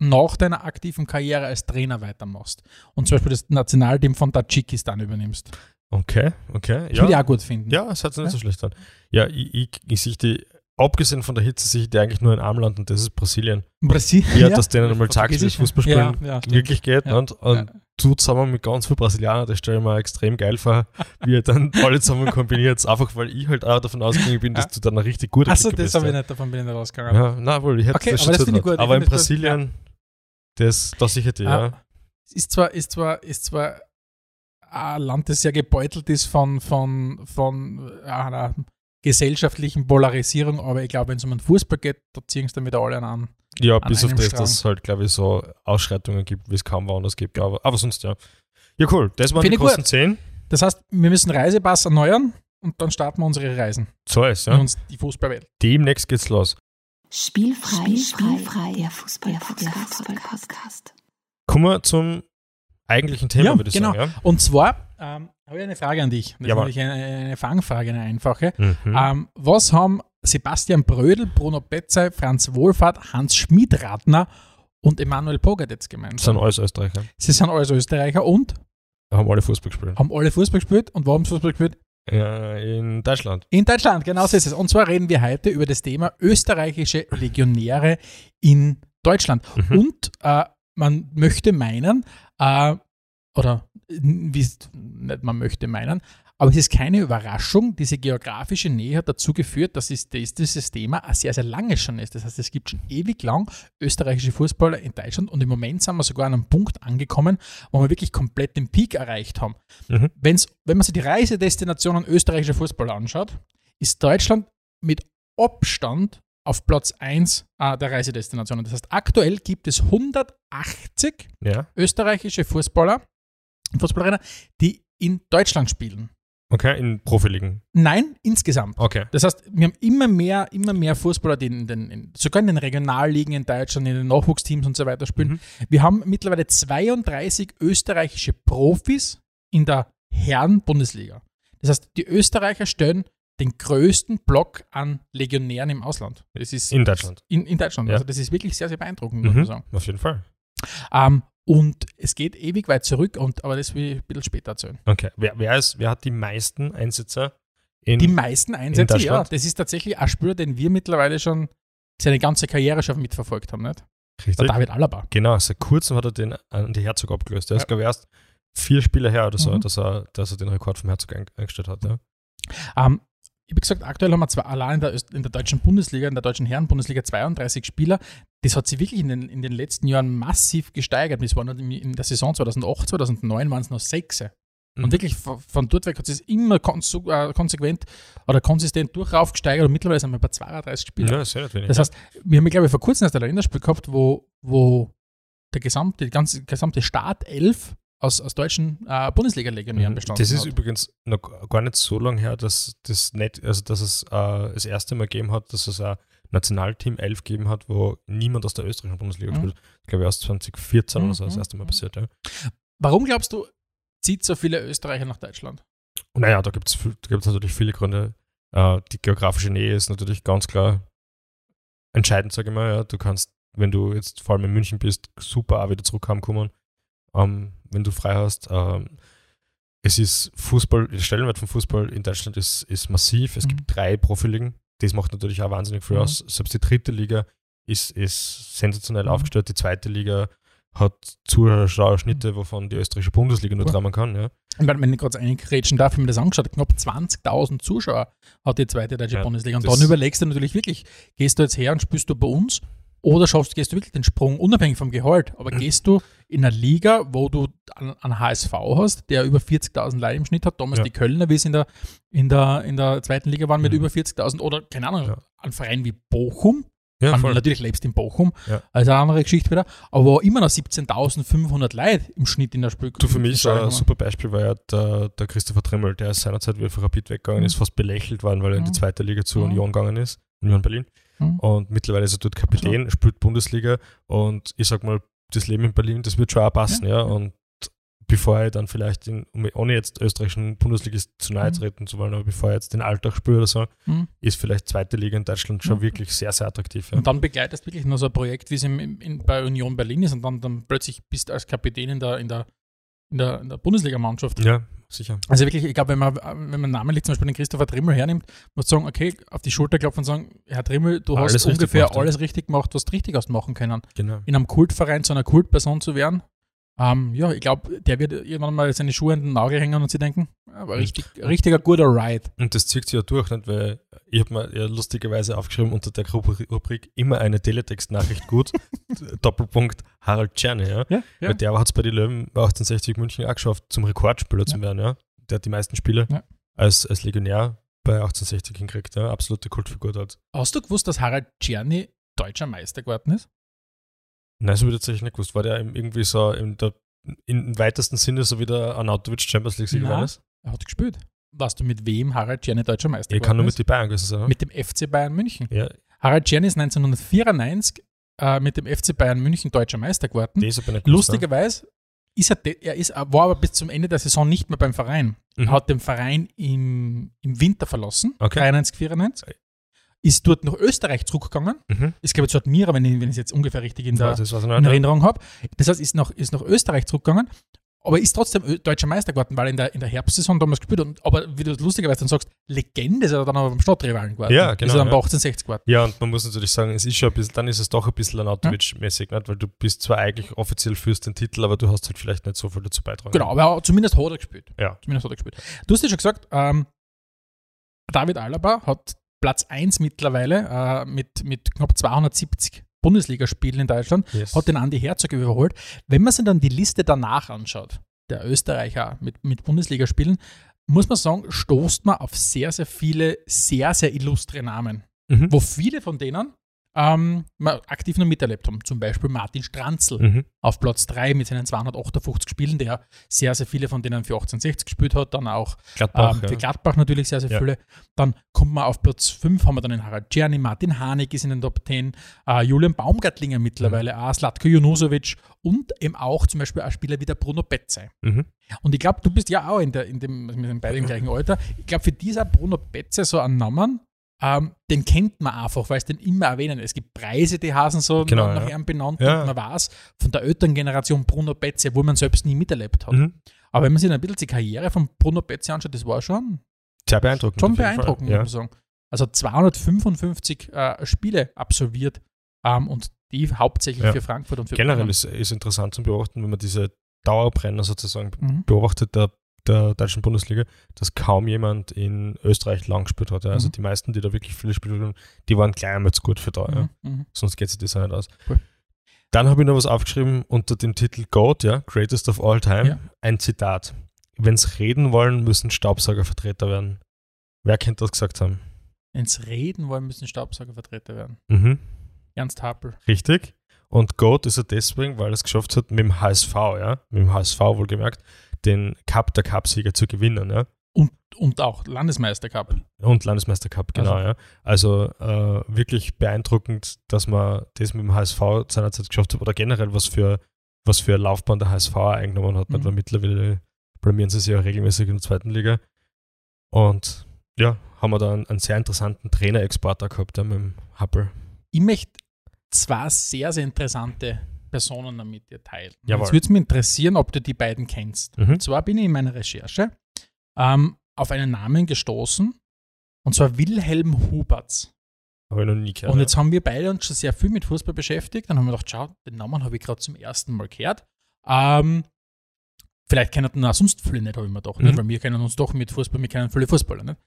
Speaker 3: nach deiner aktiven Karriere als Trainer weitermachst. Und zum Beispiel das Nationalteam von Tadschikistan übernimmst.
Speaker 2: Okay, okay.
Speaker 3: Das würde ich
Speaker 2: Ja,
Speaker 3: auch gut finden.
Speaker 2: ja es hat sich nicht so
Speaker 3: Ja.
Speaker 2: schlecht an. Ja, ich, ich, ich sehe die, abgesehen von der Hitze, sehe ich die eigentlich nur in einem Land und das ist Brasilien.
Speaker 3: Brasilien.
Speaker 2: Ja, dass denen einmal sagt, wie das
Speaker 3: Portugiesisch.
Speaker 2: Fußballspielen
Speaker 3: Ja, ja, stimmt.
Speaker 2: wirklich geht.
Speaker 3: Ja.
Speaker 2: Und, und du zusammen mit ganz vielen Brasilianern, das stelle ich mir extrem geil vor, wie ihr dann alle zusammen kombiniert, einfach weil ich halt auch davon ausgegangen bin, dass
Speaker 3: Ja.
Speaker 2: du dann ein richtig guter
Speaker 3: Achso,
Speaker 2: Kicker
Speaker 3: das
Speaker 2: bist,
Speaker 3: habe
Speaker 2: ja.
Speaker 3: ich nicht, davon bin ich nicht rausgegangen.
Speaker 2: Ja, na wohl, ich hätte
Speaker 3: Okay,
Speaker 2: das
Speaker 3: aber das
Speaker 2: schon
Speaker 3: finde ich
Speaker 2: gesagt.
Speaker 3: gut, ich
Speaker 2: Aber in
Speaker 3: finde das gut,
Speaker 2: Brasilien, das, das sicher die, ja.
Speaker 3: Ah, es ist zwar, ist zwar, ist zwar ein Land, das sehr gebeutelt ist von, von, von äh, einer gesellschaftlichen Polarisierung, aber ich glaube, wenn es um den Fußball geht, da ziehen sie dann wieder alle einen an.
Speaker 2: Ja,
Speaker 3: An
Speaker 2: bis auf
Speaker 3: einem
Speaker 2: das, dass es halt, glaube ich, so Ausschreitungen gibt, wie es kaum woanders gibt. Aber, aber sonst ja. Ja, cool. Das waren
Speaker 3: Finde
Speaker 2: die
Speaker 3: ich gut.
Speaker 2: großen 10.
Speaker 3: Das heißt, wir müssen Reisepass erneuern und dann starten wir unsere Reisen
Speaker 2: So ist
Speaker 3: in
Speaker 2: ja.
Speaker 3: uns die Fußballwelt.
Speaker 2: Demnächst geht's los.
Speaker 1: Spielfrei,
Speaker 5: Spielfrei,
Speaker 1: Spielfrei, der Fußball-Podcast.
Speaker 5: der
Speaker 1: Fußball-Podcast.
Speaker 2: Kommen wir zum eigentlichen Thema,
Speaker 3: Ja,
Speaker 2: würde ich
Speaker 3: genau.
Speaker 2: sagen.
Speaker 3: Und zwar ähm, habe ich eine Frage an dich. Das
Speaker 2: Jawohl.
Speaker 3: ist natürlich eine, eine Fangfrage, eine einfache.
Speaker 2: Ja? Mhm.
Speaker 3: Ähm, was haben Sebastian Brödel, Bruno Betzey, Franz Wohlfahrt, Hans Schmidratner und Emanuel Pogert jetzt
Speaker 2: Das
Speaker 3: gemeinsam?
Speaker 2: sind alles Österreicher.
Speaker 3: Sie sind alles Österreicher und
Speaker 2: Haben alle Fußball gespielt.
Speaker 3: haben alle Fußball gespielt. Und warum Fußball gespielt?
Speaker 2: Ja, in Deutschland.
Speaker 3: In Deutschland, genau so ist es. Und zwar reden wir heute über das Thema österreichische Legionäre in Deutschland.
Speaker 2: Mhm.
Speaker 3: Und äh, man möchte meinen, äh, oder n- wie es- nicht man möchte meinen, aber es ist keine Überraschung, diese geografische Nähe hat dazu geführt, dass, es, dass dieses Thema auch sehr, sehr lange schon ist. Das heißt, es gibt schon ewig lang österreichische Fußballer in Deutschland und im Moment sind wir sogar an einem Punkt angekommen, wo wir wirklich komplett den Peak erreicht haben.
Speaker 2: Mhm.
Speaker 3: Wenn's, wenn man sich die Reisedestinationen österreichischer Fußballer anschaut, ist Deutschland mit Abstand auf Platz 1 äh, der Reisedestinationen. Das heißt, aktuell gibt es 180
Speaker 2: Ja,
Speaker 3: österreichische Fußballer und Fußballerinnen, die in Deutschland spielen.
Speaker 2: okay, in Profiligen.
Speaker 3: Nein, insgesamt.
Speaker 2: Okay.
Speaker 3: Das heißt, wir haben immer mehr, immer mehr Fußballer, die in den, in, sogar in den Regionalligen in Deutschland, in den Nachwuchsteams und so weiter spielen.
Speaker 2: Mhm.
Speaker 3: Wir haben mittlerweile 32 österreichische Profis in der Herren-Bundesliga. Das heißt, die Österreicher stellen den größten Block an Legionären im Ausland. Das ist
Speaker 2: In Deutschland.
Speaker 3: In, in Deutschland.
Speaker 2: Ja.
Speaker 3: Also das ist wirklich sehr, sehr beeindruckend, muss man
Speaker 2: Mhm.
Speaker 3: sagen.
Speaker 2: Auf jeden Fall.
Speaker 3: Ähm, und es geht ewig weit zurück, und, aber das will ich ein bisschen später erzählen.
Speaker 2: Okay. Wer, wer, ist, wer hat die meisten Einsätze Hm. in
Speaker 3: Die meisten Einsätze, ja,
Speaker 2: Deutschland?
Speaker 3: das ist tatsächlich ein Spieler, den wir mittlerweile schon seine ganze Karriere schon mitverfolgt haben, nicht? Der
Speaker 2: Richtig.
Speaker 3: David Alaba.
Speaker 2: Genau, seit kurzem hat er den Andi Herzog abgelöst. Der
Speaker 3: Ja.
Speaker 2: ist, glaube ich, erst vier Spiele her oder so,
Speaker 3: Mhm.
Speaker 2: dass, er, dass er den Rekord vom Herzog ein- eingestellt hat. Ja.
Speaker 3: Ähm, ich habe gesagt, aktuell haben wir zwar allein in der, Öst- in der deutschen Bundesliga, in der deutschen Herren-Bundesliga 32 Spieler. Das hat sich wirklich in den, in den letzten Jahren massiv gesteigert. Das waren in in der Saison 2008, 2009 waren es noch sechs.
Speaker 2: Mhm.
Speaker 3: Und wirklich von, von dort weg hat es immer konsu- äh, konsequent oder konsistent durchauf gesteigert und mittlerweile sind wir bei 32 Spielern.
Speaker 2: Ja, ist ja nicht wenig.
Speaker 3: Das heißt, wir haben, glaube ich, vor kurzem erst ein Länderspiel gehabt, wo, wo der gesamte, die ganze, gesamte Start elf aus, aus deutschen äh, Bundesliga-Legionären bestanden
Speaker 2: Mhm. Das ist
Speaker 3: hat.
Speaker 2: übrigens noch gar nicht so lange her, dass das nicht, also dass es äh, das erste Mal gegeben hat, dass es ein Nationalteam 11 gegeben hat, wo niemand aus der österreichischen Bundesliga
Speaker 3: Mhm.
Speaker 2: spielt. Ich glaube, erst 2014 oder so das
Speaker 3: Mhm.
Speaker 2: erste Mal passiert. Ja.
Speaker 3: Warum glaubst du, zieht so viele Österreicher nach Deutschland?
Speaker 2: Und naja, da gibt es natürlich viele Gründe. Äh, die geografische Nähe ist natürlich ganz klar entscheidend, sage ich mal. Ja. Du kannst, wenn du jetzt vor allem in München bist, super auch wieder zurückkommen kommen, ähm, wenn du frei hast. Ähm, es ist Fußball, der Stellenwert von Fußball in Deutschland ist, ist massiv. Es
Speaker 3: Mhm.
Speaker 2: gibt drei Profiligen. Das macht natürlich auch wahnsinnig viel
Speaker 3: Mhm.
Speaker 2: aus. Selbst die dritte Liga ist, ist sensationell
Speaker 3: Mhm.
Speaker 2: aufgestellt. Die zweite Liga hat Zuschauerschnitte, wovon die österreichische Bundesliga nur
Speaker 3: Cool.
Speaker 2: träumen kann. Ja.
Speaker 3: Ich meine, wenn ich kurz eingrätschen darf, wenn man das angeschaut habe, knapp 20.000 Zuschauer hat die zweite deutsche
Speaker 2: Ja,
Speaker 3: Bundesliga. Und
Speaker 2: das-
Speaker 3: dann überlegst du natürlich wirklich, gehst du jetzt her und spielst du bei uns oder schaffst, gehst du wirklich den Sprung, unabhängig vom Gehalt, aber gehst du in eine Liga, wo du an, an HSV hast, der über 40.000 Leute im Schnitt hat, damals
Speaker 2: Ja.
Speaker 3: die Kölner, wie es in der, in, der, in der zweiten Liga waren, mit
Speaker 2: Mhm.
Speaker 3: über 40.000 oder, keine Ahnung,
Speaker 2: Ja.
Speaker 3: ein Verein wie Bochum,
Speaker 2: Ja,
Speaker 3: Man, natürlich lebst du in Bochum,
Speaker 2: Ja.
Speaker 3: also eine andere Geschichte wieder, aber immer noch 17.500 Leute im Schnitt in der Spiel.
Speaker 2: Du, für mich ist ein
Speaker 3: Stadion.
Speaker 2: super Beispiel war ja der, der Christopher Trimmel, der ist seinerzeit, wie er von Rapid weggegangen
Speaker 3: Mhm.
Speaker 2: ist, fast belächelt worden, weil er in die
Speaker 3: Mhm.
Speaker 2: zweite Liga zu
Speaker 3: Mhm.
Speaker 2: Union gegangen ist, Union Berlin.
Speaker 3: Mhm.
Speaker 2: Und mittlerweile ist er dort Kapitän, spielt Bundesliga und ich sag mal, das Leben in Berlin, das wird schon auch passen, ja. Und bevor ich dann vielleicht, in, um ohne jetzt österreichischen Bundesligist zu nahe
Speaker 3: Mhm.
Speaker 2: treten zu wollen, aber bevor ich jetzt den Alltag spüre oder so,
Speaker 3: Mhm.
Speaker 2: ist vielleicht zweite Liga in Deutschland schon
Speaker 3: Mhm.
Speaker 2: wirklich sehr, sehr attraktiv. Ja.
Speaker 3: Und dann begleitest wirklich nur so ein Projekt, wie es im, im, in, bei Union Berlin ist und dann, dann plötzlich bist du als Kapitän in der, in der, in der, in der Bundesligamannschaft.
Speaker 2: ja, sicher.
Speaker 3: Also wirklich, ich glaube, wenn man, wenn man namentlich zum Beispiel den Christopher Trimmel hernimmt, muss man sagen, okay, auf die Schulter klopfen und sagen, Herr Trimmel, du
Speaker 2: Alles
Speaker 3: hast
Speaker 2: richtig
Speaker 3: ungefähr
Speaker 2: gemacht, ja.
Speaker 3: alles richtig gemacht, was du richtig hast machen können.
Speaker 2: Genau.
Speaker 3: In einem Kultverein zu einer Kultperson zu werden, ähm, ja, ich glaube, der wird irgendwann mal seine Schuhe in den Nagel hängen und sie denken, aber richtig, richtiger guter Ride.
Speaker 2: Und das zieht sich ja durch, nicht? weil ich habe mir ja lustigerweise aufgeschrieben unter der Rubri- Rubrik immer eine Teletext-Nachricht gut, Doppelpunkt Harald Czerny, ja.
Speaker 3: Ja,
Speaker 2: Weil der hat es bei den Löwen bei 1860 München auch geschafft, zum Rekordspieler zu werden, ja. Der hat die meisten Spiele
Speaker 3: Ja.
Speaker 2: als, als Legionär bei 1860 hingekriegt, ja. Absolute Kultfigur dort.
Speaker 3: Hast du gewusst, dass Harald Czerny deutscher Meister geworden ist?
Speaker 2: Nein, so wird tatsächlich nicht gewusst. War der im- irgendwie so in der, in, im weitesten Sinne so wie der Arnautovic Champions League-Sieger
Speaker 3: Nein.
Speaker 2: geworden ist?
Speaker 3: Er hat gespielt. Weißt du, mit wem Harald Czerny deutscher Meister
Speaker 2: Ich kann
Speaker 3: geworden
Speaker 2: nur mit
Speaker 3: ist?
Speaker 2: die Bayern gewesen sein.
Speaker 3: Mit dem FC Bayern München.
Speaker 2: ja,
Speaker 3: Harald Czerny ist 1994 äh, mit dem FC Bayern München deutscher Meister geworden.
Speaker 2: das hab ich nicht gewusst, ja.
Speaker 3: Lustigerweise ist er, de- er ist, er war aber bis zum Ende der Saison nicht mehr beim Verein.
Speaker 2: Mhm.
Speaker 3: Er hat den Verein im, im Winter verlassen,
Speaker 2: Okay.
Speaker 3: 93, 94. Ist dort nach Österreich zurückgegangen.
Speaker 2: Mhm.
Speaker 3: Ist, glaube ich, zu Admira, wenn ich es jetzt ungefähr richtig in der,
Speaker 2: Ja, das war's
Speaker 3: in
Speaker 2: noch nicht.
Speaker 3: Erinnerung habe. Das heißt, ist nach, ist nach Österreich zurückgegangen, aber ist trotzdem Ö- deutscher Meister geworden, weil er in der, in der Herbstsaison damals gespielt hat. Und, aber wie du das lustigerweise dann sagst, Legende ist er dann aber beim Stadtrivalen geworden.
Speaker 2: Ja, genau,
Speaker 3: Ist er dann
Speaker 2: ja.
Speaker 3: bei 1860 geworden.
Speaker 2: Ja, und man muss natürlich sagen, es ist schon ein bisschen, dann ist es doch ein bisschen Arnautovic-mäßig, nicht? weil du bist zwar eigentlich offiziell führst den Titel, aber du hast halt vielleicht nicht so viel dazu beitragen.
Speaker 3: Genau, aber er- zumindest hat er gespielt.
Speaker 2: Ja.
Speaker 3: Zumindest hat er gespielt. Du hast ja schon gesagt, ähm, David Alaba hat Platz 1 mittlerweile äh, mit, mit knapp 270 Bundesligaspielen in Deutschland.
Speaker 2: Yes.
Speaker 3: hat den Andi Herzog überholt. Wenn man sich dann die Liste danach anschaut, der Österreicher mit, mit Bundesligaspielen, muss man sagen, stoßt man auf sehr, sehr viele sehr, sehr illustre Namen,
Speaker 2: Mhm.
Speaker 3: wo viele von denen ähm, mal aktiv noch miterlebt haben. Zum Beispiel Martin Stranzl
Speaker 2: Mhm.
Speaker 3: auf Platz 3 mit seinen 258 Spielen, der sehr, sehr viele von denen für 1860 gespielt hat, dann auch
Speaker 2: Gladbach,
Speaker 3: ähm,
Speaker 2: ja.
Speaker 3: für Gladbach natürlich sehr, sehr
Speaker 2: Ja.
Speaker 3: viele. Dann kommt man auf Platz 5, haben wir dann den Harald Czerny, Martin Hanek ist in den Top 10, äh, Julian Baumgartlinger mittlerweile,
Speaker 2: Mhm.
Speaker 3: auch Slatko Junusovic und eben auch zum Beispiel ein Spieler wie der Bruno Betze.
Speaker 2: Mhm.
Speaker 3: Und ich glaube, du bist ja auch in, der, in dem, wir sind beide im gleichen Alter. Ich glaube, für dieser Bruno Betze so einen Namen, ähm, den kennt man einfach, weil es den immer erwähnen. Es gibt Preise, die Hasen so
Speaker 2: Genau,
Speaker 3: nach
Speaker 2: ja.
Speaker 3: ihm benannt
Speaker 2: Ja.
Speaker 3: und man weiß von der älteren Generation Bruno Betze, wo man selbst nie miterlebt hat.
Speaker 2: Mhm.
Speaker 3: Aber wenn man sich dann ein bisschen die Karriere von Bruno Betze anschaut, das war schon
Speaker 2: Sehr beeindruckend.
Speaker 3: Schon
Speaker 2: auf jeden
Speaker 3: beeindruckend,
Speaker 2: Fall.
Speaker 3: muss man sagen. Also 255 äh, Spiele absolviert ähm, und die hauptsächlich
Speaker 2: Ja.
Speaker 3: für Frankfurt und für
Speaker 2: Ja. Generell
Speaker 3: Bayern.
Speaker 2: ist, ist interessant zu beobachten, wenn man diese Dauerbrenner sozusagen
Speaker 3: Mhm.
Speaker 2: beobachtet der, der deutschen Bundesliga, dass kaum jemand in Österreich lang gespielt hat. Ja. Also
Speaker 3: Mhm.
Speaker 2: die meisten, die da wirklich viele Spiele haben, die waren gleich einmal zu gut für da. Ja.
Speaker 3: Mhm. Mhm.
Speaker 2: Sonst geht sich das ja nicht aus.
Speaker 3: Cool.
Speaker 2: Dann habe ich noch was aufgeschrieben unter dem Titel Goat, ja, Greatest of All Time.
Speaker 3: Ja.
Speaker 2: Ein Zitat. Wenn's reden wollen, müssen Staubsaugervertreter werden. Wer könnte das gesagt haben?
Speaker 3: Ins Reden wollen müssen Staubsaugervertreter werden.
Speaker 2: Mhm.
Speaker 3: Ernst Happel.
Speaker 2: Richtig. Und Goat ist er deswegen, weil er es geschafft hat, mit dem HSV, ja, mit dem HSV wohlgemerkt, den Cup der Cupsieger zu gewinnen, ja.
Speaker 3: Und, und auch Landesmeister Cup.
Speaker 2: Und Landesmeister Cup, genau,
Speaker 3: Also.
Speaker 2: ja. Also äh, wirklich beeindruckend, dass man das mit dem HSV seinerzeit geschafft hat oder generell was für was für eine Laufbahn der HSV eingenommen hat, nicht?
Speaker 3: Mhm.
Speaker 2: weil mittlerweile blamieren sie sich ja regelmäßig in der zweiten Liga. Und ja, haben wir da einen, einen sehr interessanten Trainerexport auch gehabt, ja, mit dem Happel.
Speaker 3: Ich möchte zwei sehr, sehr interessante Personen damit dir teilen.
Speaker 2: Jawohl.
Speaker 3: Jetzt würde es mich interessieren, ob du die beiden kennst.
Speaker 2: Mhm.
Speaker 3: Und zwar bin ich in meiner Recherche ähm, auf einen Namen gestoßen, und zwar Wilhelm Huberts.
Speaker 2: Habe ich noch nie gehört.
Speaker 3: Und jetzt haben wir beide uns schon sehr viel mit Fußball beschäftigt. Dann haben wir gedacht, schau, den Namen habe ich gerade zum ersten Mal gehört. Ähm, vielleicht kennen den auch sonst viele nicht, habe ich mir gedacht. Nicht?
Speaker 2: Mhm.
Speaker 3: Weil wir kennen uns doch mit Fußball, wir kennen viele Fußballer. Nicht?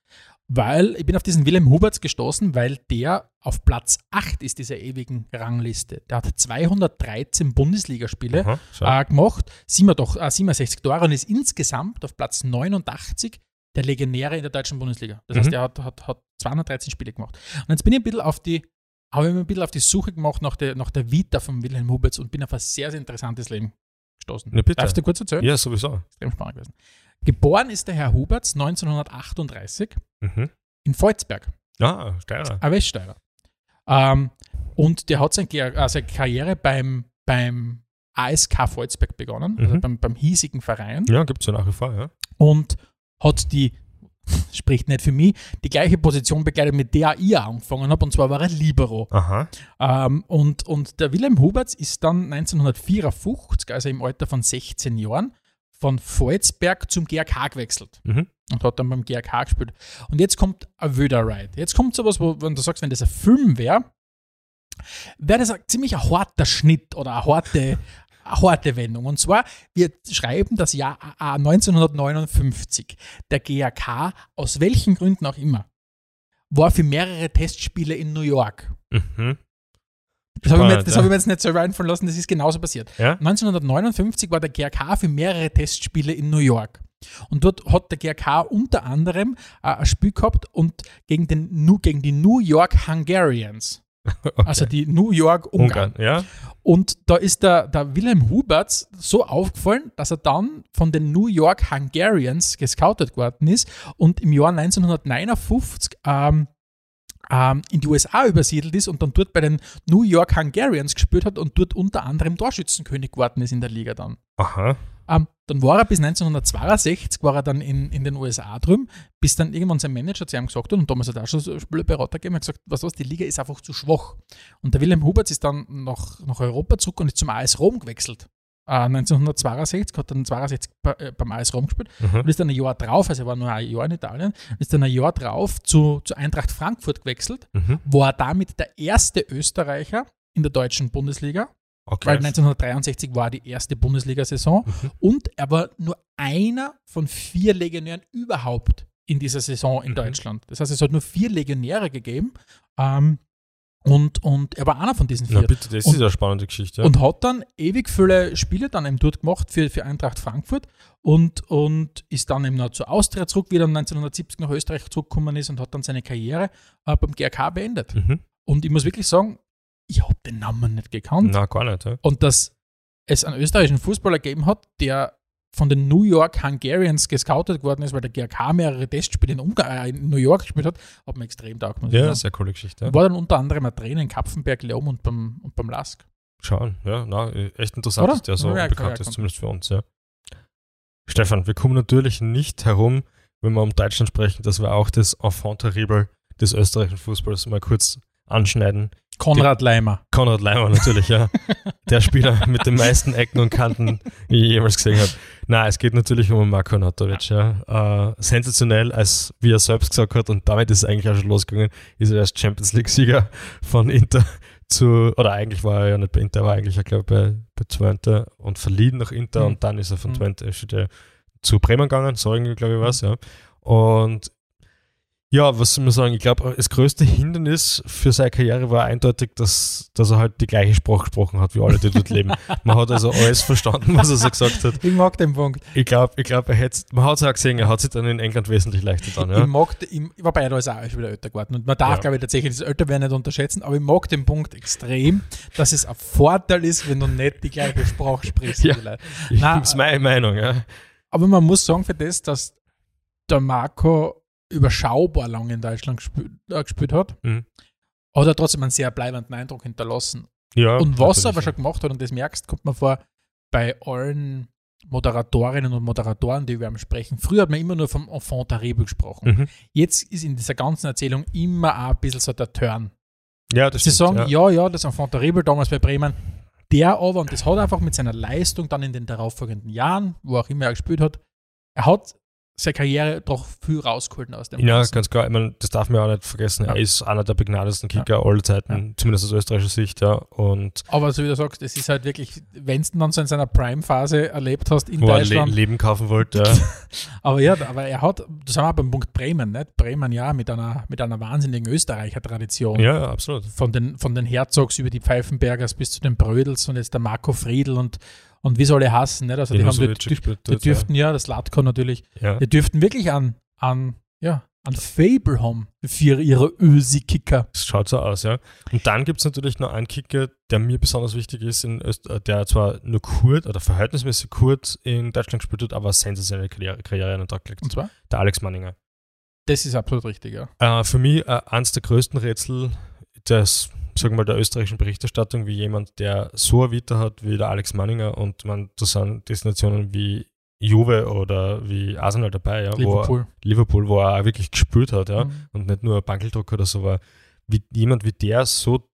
Speaker 3: Weil ich bin auf diesen Wilhelm Huberts gestoßen, weil der auf Platz 8 ist dieser ewigen Rangliste. Der hat 213 Bundesligaspiele
Speaker 2: Aha, schau.
Speaker 3: äh, gemacht, 67, äh, 67 Tore und ist insgesamt auf Platz 89 der Legionäre in der deutschen Bundesliga. Das
Speaker 2: Mhm.
Speaker 3: heißt, er hat, hat, hat 213 Spiele gemacht. Und jetzt bin ich ein bisschen auf die, habe ich mir ein bisschen auf die Suche gemacht nach der, nach der Vita von Wilhelm Huberts und bin auf ein sehr, sehr interessantes Leben gestoßen.
Speaker 2: Na bitte.
Speaker 3: Darfst du kurz erzählen?
Speaker 2: ja, sowieso.
Speaker 3: Extrem spannend gewesen. Geboren ist der Herr Huberts 1938
Speaker 2: Mhm.
Speaker 3: in Volzberg.
Speaker 2: Ah, steiler.
Speaker 3: Ein Weststeirer. Ähm, und der hat seine, Ge- äh, seine Karriere beim, beim ASK Volzberg begonnen, also
Speaker 2: Mhm.
Speaker 3: beim, beim hiesigen Verein.
Speaker 2: Ja, gibt es ja nach wie vor, ja.
Speaker 3: Und hat die, spricht nicht für mich, die gleiche Position begleitet, mit der ich auch angefangen habe, und zwar war er Libero.
Speaker 2: Aha.
Speaker 3: Ähm, und, und der Wilhelm Huberts ist dann 1954, also im Alter von 16 Jahren, von Volzberg zum GRK gewechselt
Speaker 2: Mhm.
Speaker 3: und hat dann beim GRK gespielt. Und jetzt kommt ein wilder Ride. Jetzt kommt sowas, wo, wenn du sagst, wenn das ein Film wäre, wäre das ein ziemlich ein harter Schnitt oder eine harte, eine harte Wendung. Und zwar, wir schreiben das Jahr äh, 1959. Der GRK, aus welchen Gründen auch immer, war für mehrere Testspiele in New York.
Speaker 2: Mhm.
Speaker 3: Das habe ich, mir
Speaker 2: Spannend,
Speaker 3: jetzt- das
Speaker 2: ja.
Speaker 3: hab ich mir jetzt nicht selber einfallen lassen, das ist genauso passiert.
Speaker 2: Ja?
Speaker 3: 1959 war der GRK für mehrere Testspiele in New York. Und dort hat der GRK unter anderem äh, ein Spiel gehabt und gegen, den, Nu- gegen die New York Hungarians. Also die New York Ungarn.
Speaker 2: Ungarn, ja?
Speaker 3: Und da ist der, der Wilhelm Huberts so aufgefallen, dass er dann von den New York Hungarians gescoutet worden ist und im Jahr 1959 ähm, ähm, in die USA übersiedelt ist und dann dort bei den New York Hungarians gespielt hat und dort unter anderem Torschützenkönig geworden ist in der Liga dann.
Speaker 2: Aha.
Speaker 3: Ähm, dann war er bis 1962 war er dann in, in den USA drüben, bis dann irgendwann sein Manager zu ihm gesagt hat, und damals hat er halt auch schon so Spielerberater gegeben, hat gesagt, was was, die Liga ist einfach zu schwach. Und der Wilhelm Huberts ist dann nach, nach Europa zurück und ist zum AS Rom gewechselt. Äh, 1962 hat dann 62 bei, äh, beim AS Rom gespielt
Speaker 2: Mhm.
Speaker 3: und ist dann ein Jahr drauf, also er war nur ein Jahr in Italien, ist dann ein Jahr drauf zu, zu Eintracht Frankfurt gewechselt,
Speaker 2: Mhm.
Speaker 3: war damit der erste Österreicher in der deutschen Bundesliga
Speaker 2: Okay.
Speaker 3: weil 1963 war die erste Bundesliga-Saison
Speaker 2: Mhm.
Speaker 3: und er war nur einer von vier Legionären überhaupt in dieser Saison in
Speaker 2: Mhm.
Speaker 3: Deutschland. Das heißt, es hat nur vier Legionäre gegeben ähm, und, und er war einer von diesen
Speaker 2: Na
Speaker 3: vier.
Speaker 2: bitte, das
Speaker 3: Und-
Speaker 2: ist ja eine spannende Geschichte. ja.
Speaker 3: Und hat dann ewig viele Spiele dann eben dort gemacht für, für Eintracht Frankfurt und, und ist dann eben noch zur Austria zurück, wie er dann 1970 nach Österreich zurückgekommen ist und hat dann seine Karriere äh, beim GRK beendet.
Speaker 2: mhm.
Speaker 3: Und ich muss wirklich sagen, ich habe den Namen nicht gekannt.
Speaker 2: Na, gar nicht. Ja?
Speaker 3: Und dass es einen österreichischen Fußballer gegeben hat, der von den New York Hungarians gescoutet worden ist, weil der GRK mehrere Testspiele in, Ungar äh, in New York gespielt hat, hat mir extrem taugt. muss ich
Speaker 2: Ja,
Speaker 3: sagen.
Speaker 2: sehr coole Geschichte. Ja.
Speaker 3: War dann unter anderem ein Trainer in Kapfenberg, Leom und beim, und beim Lask.
Speaker 2: Schauen, ja, na, äh, echt interessant,
Speaker 3: Oder?
Speaker 2: dass der so
Speaker 3: Ja, ja,
Speaker 2: bekannt
Speaker 3: ja,
Speaker 2: ist,
Speaker 3: ja.
Speaker 2: zumindest für uns, ja. Stefan, wir kommen natürlich nicht herum, wenn wir um Deutschland sprechen, dass wir auch das Enfant terrible des österreichischen Fußballs mal kurz anschneiden.
Speaker 3: Konrad Leimer.
Speaker 2: Konrad Leimer natürlich, ja. Der Spieler mit den meisten Ecken und Kanten, die ich jemals gesehen habe. Na, es geht natürlich um Marko Natovic, ja. Äh, sensationell, als wie er selbst gesagt hat, und damit ist es eigentlich auch schon losgegangen, ist er als Champions League-Sieger von Inter zu, oder eigentlich war er ja nicht bei Inter, er war eigentlich, ja, glaube bei, bei Twente und verliehen nach Inter
Speaker 3: Mhm.
Speaker 2: und dann ist er von
Speaker 3: Mhm.
Speaker 2: Twente ist er zu Bremen gegangen, Sorgen, glaube ich, war es, ja. Und ja, was soll man sagen? Ich glaube, das größte Hindernis für seine Karriere war eindeutig, dass, dass er halt die gleiche Sprache gesprochen hat, wie alle, die dort leben. Man hat also alles verstanden, was er so gesagt hat.
Speaker 3: Ich mag den Punkt.
Speaker 2: Ich glaube, ich glaub, er hätte, man hat es auch gesehen, er hat sich dann in England wesentlich leichter getan.
Speaker 3: Ich
Speaker 2: Ja?
Speaker 3: mag, den- ich, wobei da ist er auch schon wieder älter geworden. Und man darf,
Speaker 2: Ja.
Speaker 3: glaube ich, tatsächlich das Älterwerden nicht unterschätzen, aber ich mag den Punkt extrem, dass es ein Vorteil ist, wenn du nicht die gleiche Sprache sprichst. wie
Speaker 2: Ja.
Speaker 3: die Leute. Na,
Speaker 2: Das ist meine Meinung. Ja.
Speaker 3: Aber man muss sagen für das, dass der Marco überschaubar lang in Deutschland gespielt, äh, gespielt hat,
Speaker 2: Mhm.
Speaker 3: hat er trotzdem einen sehr bleibenden Eindruck hinterlassen.
Speaker 2: Ja,
Speaker 3: und was er aber
Speaker 2: natürlich,
Speaker 3: schon gemacht hat, und das merkst, kommt mir vor, bei allen Moderatorinnen und Moderatoren, die wir am Sprechen. Früher hat man immer nur vom Enfant terrible gesprochen.
Speaker 2: Mhm.
Speaker 3: Jetzt ist in dieser ganzen Erzählung immer auch ein bisschen so der Turn.
Speaker 2: ja. ja, das
Speaker 3: Sie
Speaker 2: stimmt,
Speaker 3: sagen,
Speaker 2: ja.
Speaker 3: ja, ja, das Enfant terrible damals bei Bremen. Der aber, und das hat er einfach mit seiner Leistung dann in den darauffolgenden Jahren, wo auch immer er gespielt hat, er hat seine Karriere doch viel rausgeholt aus dem
Speaker 2: Ja,
Speaker 3: Ganzen.
Speaker 2: ganz klar. Ich meine, das darf man ja auch nicht vergessen. Er
Speaker 3: Ja.
Speaker 2: ist einer der begnadesten Kicker aller Zeiten, zumindest aus österreichischer Sicht. Ja. Und
Speaker 3: Aber so wie du sagst, es ist halt wirklich, wenn du ihn dann so in seiner Prime-Phase erlebt hast in
Speaker 2: wo er Le
Speaker 3: Deutschland.
Speaker 2: Leben kaufen wollte. Ja.
Speaker 3: aber ja, aber er hat, das haben wir auch beim Punkt Bremen, nicht? Bremen ja mit einer, mit einer wahnsinnigen Österreicher-Tradition.
Speaker 2: ja, ja, absolut.
Speaker 3: Von den, von den Herzogs über die Pfeifenbergers bis zu den Brödels und jetzt der Marco Friedl und, und wie soll er hassen, nicht? Also die, haben die,
Speaker 2: Milosevic gespielt
Speaker 3: Die
Speaker 2: dort, ja.
Speaker 3: dürften ja, das Latko natürlich,
Speaker 2: Ja.
Speaker 3: die dürften wirklich an, an, ja, an Fable haben für ihre Ösi-Kicker.
Speaker 2: Es schaut so aus, ja. Und dann gibt es natürlich noch einen Kicker, der mir besonders wichtig ist, in Öst äh, der zwar nur kurz oder verhältnismäßig kurz in Deutschland gespielt hat, aber eine sensationelle Karriere, Karriere an den Tag gelegt.
Speaker 3: Und zwar?
Speaker 2: Der Alex Manninger.
Speaker 3: Das ist absolut richtig, ja.
Speaker 2: Äh, für mich äh, eines der größten Rätsel des, sagen wir mal, der österreichischen Berichterstattung, wie jemand, der so eine Vita hat wie der Alex Manninger und man, das sind Destinationen wie Juve oder wie Arsenal dabei, ja, Wo,
Speaker 3: Liverpool.
Speaker 2: Liverpool, wo er auch wirklich gespürt hat, ja.
Speaker 3: Mhm.
Speaker 2: und nicht nur ein Bankeldruck oder so war, wie jemand wie der so,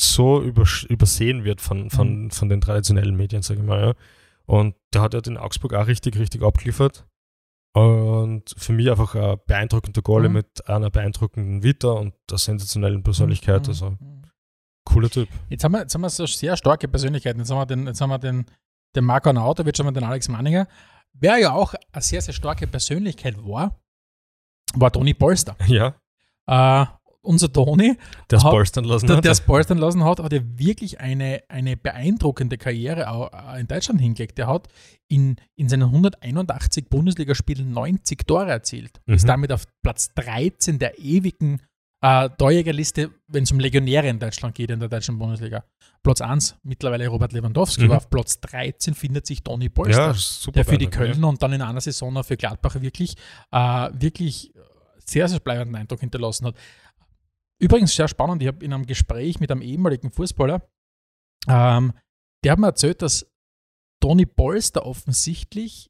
Speaker 2: so übersch- übersehen wird von,
Speaker 3: Mhm.
Speaker 2: von, von den traditionellen Medien, sage ich mal. Ja. Und der hat ja den Augsburg auch richtig, richtig abgeliefert. Und für mich einfach ein beeindruckender Goalie
Speaker 3: Mhm.
Speaker 2: mit einer beeindruckenden Vita und der sensationellen Persönlichkeit.
Speaker 3: Mhm.
Speaker 2: Also cooler Typ.
Speaker 3: Jetzt haben, wir, jetzt haben wir so sehr starke Persönlichkeiten. Jetzt haben wir den, jetzt haben wir den, den Marco Nautovic, haben wir den Alex Manninger. Wer ja auch eine sehr, sehr starke Persönlichkeit war, war Toni Polster.
Speaker 2: Ja,
Speaker 3: Äh, unser Toni,
Speaker 2: ne? Der
Speaker 3: Hau-
Speaker 2: polstern lassen
Speaker 3: der
Speaker 2: hat.
Speaker 3: es polstern lassen hat, hat ja wirklich eine, eine beeindruckende Karriere au- äh, in Deutschland hingelegt. Der hat in, in seinen 181 Bundesligaspielen 90 Tore erzielt.
Speaker 2: Mhm.
Speaker 3: Ist damit auf Platz 13 der ewigen äh, Torjägerliste, wenn es um Legionäre in Deutschland geht, in der deutschen Bundesliga. Platz 1 mittlerweile Robert Lewandowski,
Speaker 2: Mhm.
Speaker 3: aber auf Platz 13 findet sich Toni Polster
Speaker 2: ja, super.
Speaker 3: der für die
Speaker 2: beeindruckend,
Speaker 3: Kölner und dann in einer Saison auch für Gladbach wirklich, äh, wirklich sehr, sehr bleibenden Eindruck hinterlassen hat. Übrigens sehr spannend, ich habe in einem Gespräch mit einem ehemaligen Fußballer, ähm, der hat mir erzählt, dass Toni Polster offensichtlich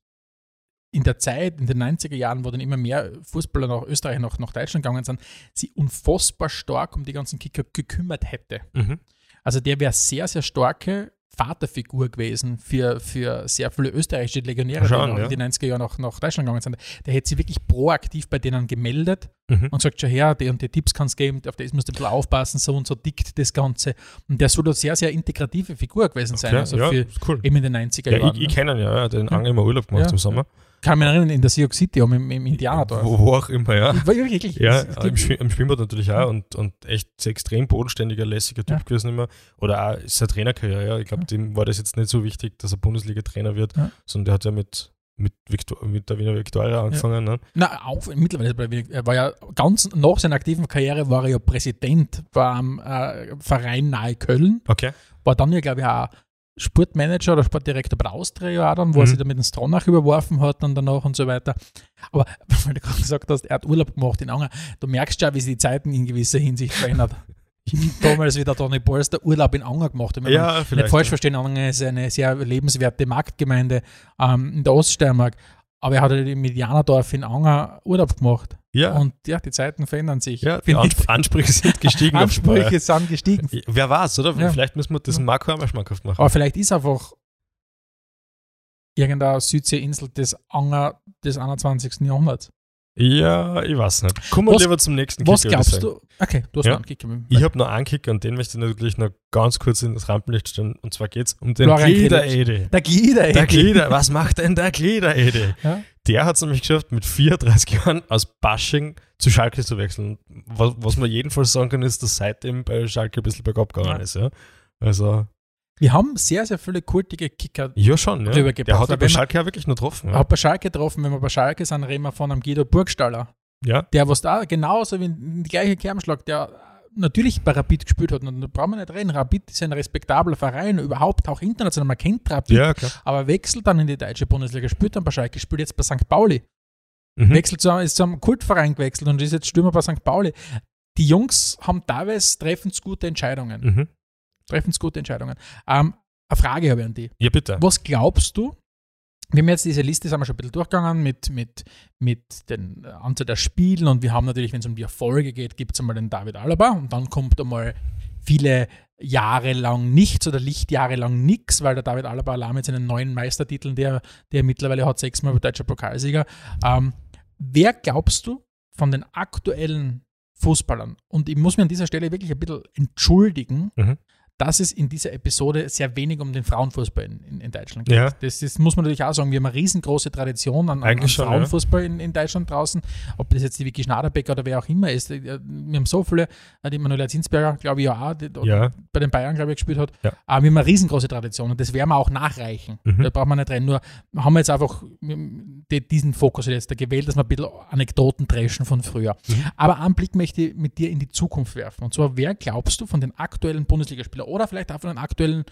Speaker 3: in der Zeit, in den 90er Jahren, wo dann immer mehr Fußballer nach Österreich, nach, nach Deutschland gegangen sind, sie unfassbar stark um die ganzen Kicker gekümmert hätte.
Speaker 2: Ja. Mhm.
Speaker 3: Also der wäre sehr, sehr starke Vaterfigur gewesen für, für sehr viele österreichische Legionäre,
Speaker 2: Schauen,
Speaker 3: die
Speaker 2: ja.
Speaker 3: in den 90er Jahren nach, nach Deutschland gegangen sind. Der hätte sich wirklich proaktiv bei denen gemeldet
Speaker 2: Mhm.
Speaker 3: und gesagt, schau her, die und die Tipps kannst geben, auf das musst du ein bisschen aufpassen, so und so dickt das Ganze. Und der soll eine sehr, sehr integrative Figur gewesen sein,
Speaker 2: Okay,
Speaker 3: also
Speaker 2: ja,
Speaker 3: für
Speaker 2: ist cool.
Speaker 3: eben in den 90er
Speaker 2: Ja,
Speaker 3: Jahren.
Speaker 2: ich, ich kenne ihn ja, ja, den Angel immer Urlaub gemacht
Speaker 3: Ja.
Speaker 2: im Sommer.
Speaker 3: kann mich erinnern, in der Sioux City, um, im, im Indianerdorf.
Speaker 2: Wo, wo auch immer, ja.
Speaker 3: War Wirklich,
Speaker 2: Ja, äh,
Speaker 3: es- es
Speaker 2: im,
Speaker 3: gibt-
Speaker 2: Schwim im Schwimmbad natürlich auch und, und echt sehr extrem bodenständiger, lässiger Typ
Speaker 3: Ja.
Speaker 2: gewesen immer. Oder auch seine Trainerkarriere, ja. Ich glaube, dem war das jetzt nicht so wichtig, dass er Bundesliga-Trainer wird,
Speaker 3: Ja.
Speaker 2: sondern der hat ja mit, mit, Victor, mit der Wiener Viktoria angefangen. Ne?
Speaker 3: Na, auch mittlerweile bei Wien- er war ja ganz nach seiner aktiven Karriere war er ja Präsident beim äh, Verein Nahe Köln,
Speaker 2: Okay.
Speaker 3: war dann ja glaube ich auch Sportmanager oder Sportdirektor bei der Austria ja auch dann, wo er
Speaker 2: Mhm.
Speaker 3: sich dann mit dem Stronach überworfen hat dann danach und so weiter. Aber weil du gerade gesagt hast, er hat Urlaub gemacht in Anger, du merkst ja, wie sich die Zeiten in gewisser Hinsicht verändert. Damals wieder Toni Polster Urlaub in Anger gemacht. Ich meine,
Speaker 2: Ja,
Speaker 3: nicht
Speaker 2: vielleicht.
Speaker 3: falsch
Speaker 2: ja.
Speaker 3: verstehen, Anger ist eine sehr lebenswerte Marktgemeinde ähm, in der Oststeiermark. Aber er hat halt im Medianerdorf in Anger Urlaub gemacht.
Speaker 2: Ja,
Speaker 3: Und ja, die Zeiten verändern sich.
Speaker 2: ja die
Speaker 3: Bin ich-
Speaker 2: Ans Ansprüche sind gestiegen. aufs
Speaker 3: Ansprüche sind gestiegen.
Speaker 2: Bauer. Wer war's, oder?
Speaker 3: Ja.
Speaker 2: Vielleicht müssen wir das Marco einmal schmackhaft machen.
Speaker 3: Aber vielleicht ist einfach irgendeine Südseeinsel des Anger des 21. Jahrhunderts.
Speaker 2: Ja, ich weiß nicht. Kommen wir
Speaker 3: Was-
Speaker 2: lieber zum nächsten
Speaker 3: Was
Speaker 2: Kicker, würd ich
Speaker 3: glaubst
Speaker 2: sagen.
Speaker 3: du? Okay, du hast
Speaker 2: Ja.
Speaker 3: noch einen Kicker. mit-
Speaker 2: Ich habe noch einen Kicker und den möchte ich natürlich noch ganz kurz ins Rampenlicht stellen. Und zwar geht es um den
Speaker 3: Florian
Speaker 2: Glieder-Ede.
Speaker 3: Der Glieder,
Speaker 2: Der
Speaker 3: ey.
Speaker 2: Glieder, was macht denn der Glieder-Ede?
Speaker 3: Ja.
Speaker 2: Der hat es nämlich geschafft, mit 34 Jahren aus Basching zu Schalke zu wechseln. Was, was man jedenfalls sagen kann, ist, dass seitdem bei Schalke ein bisschen bergab gegangen
Speaker 3: Ja.
Speaker 2: ist. Ja? Also,
Speaker 3: Wir haben sehr, sehr viele kultige Kicker
Speaker 2: ja schon. Ja.
Speaker 3: Rübergebracht,
Speaker 2: Der hat ja
Speaker 3: aber
Speaker 2: bei
Speaker 3: wenn man-
Speaker 2: Schalke auch wirklich nur getroffen.
Speaker 3: Ich
Speaker 2: Ja.
Speaker 3: habe bei Schalke getroffen, wenn wir bei Schalke sind, reden wir von einem Guido Burgstaller.
Speaker 2: Ja.
Speaker 3: Der, was da genauso wie in- in die gleiche Kernschlag, der natürlich bei Rapid gespielt hat. Und da brauchen wir nicht reden. Rapid ist ein respektabler Verein, überhaupt auch international. Man kennt Rapid,
Speaker 2: ja, klar.
Speaker 3: aber wechselt dann in die deutsche Bundesliga, spielt dann bei Schalke, spielt jetzt bei St. Pauli.
Speaker 2: Mhm.
Speaker 3: Wechselt zu, einem- ist zu einem Kultverein gewechselt und ist jetzt Stürmer bei St. Pauli. Die Jungs haben teilweise treffensgute Entscheidungen.
Speaker 2: Mhm.
Speaker 3: Treffensgute Entscheidungen. Ähm, eine Frage habe ich an die.
Speaker 2: Ja, bitte.
Speaker 3: Was glaubst du? Wir haben jetzt diese Liste, sind wir schon ein bisschen durchgegangen mit, mit, mit den Anzahl der Spielen und wir haben natürlich, wenn es um die Erfolge geht, gibt es einmal den David Alaba und dann kommt einmal viele Jahre lang nichts oder Lichtjahre lang nichts, weil der David Alaba allein mit seinen neuen Meistertiteln, der, der mittlerweile hat sechsmal deutscher Pokalsieger. Ähm, wer glaubst du von den aktuellen Fußballern? Und ich muss mir an dieser Stelle wirklich ein bisschen entschuldigen,
Speaker 2: Mhm.
Speaker 3: dass es in dieser Episode sehr wenig um den Frauenfußball in, in, in Deutschland geht.
Speaker 2: Ja.
Speaker 3: Das ist, muss man natürlich auch sagen. Wir haben eine riesengroße Tradition an, an, an
Speaker 2: Eigentlich schon, ja.
Speaker 3: Frauenfußball in, in Deutschland draußen. Ob das jetzt die Vicky Schnaderbeck oder wer auch immer ist. äh, Wir haben so viele, äh, die Manuela Zinsberger, glaube ich, ja auch, die,
Speaker 2: Ja.
Speaker 3: bei den Bayern, glaube ich, gespielt hat.
Speaker 2: Ja.
Speaker 3: Aber wir haben eine riesengroße Tradition und das werden wir auch nachreichen.
Speaker 2: Mhm.
Speaker 3: Da braucht man nicht rein. Nur haben wir jetzt einfach ähm, die, diesen Fokus jetzt da gewählt, dass wir ein bisschen Anekdoten dreschen von früher.
Speaker 2: Mhm.
Speaker 3: Aber einen Blick möchte ich mit dir in die Zukunft werfen. Und zwar, wer glaubst du von den aktuellen Bundesligaspielern oder vielleicht auch von den aktuellen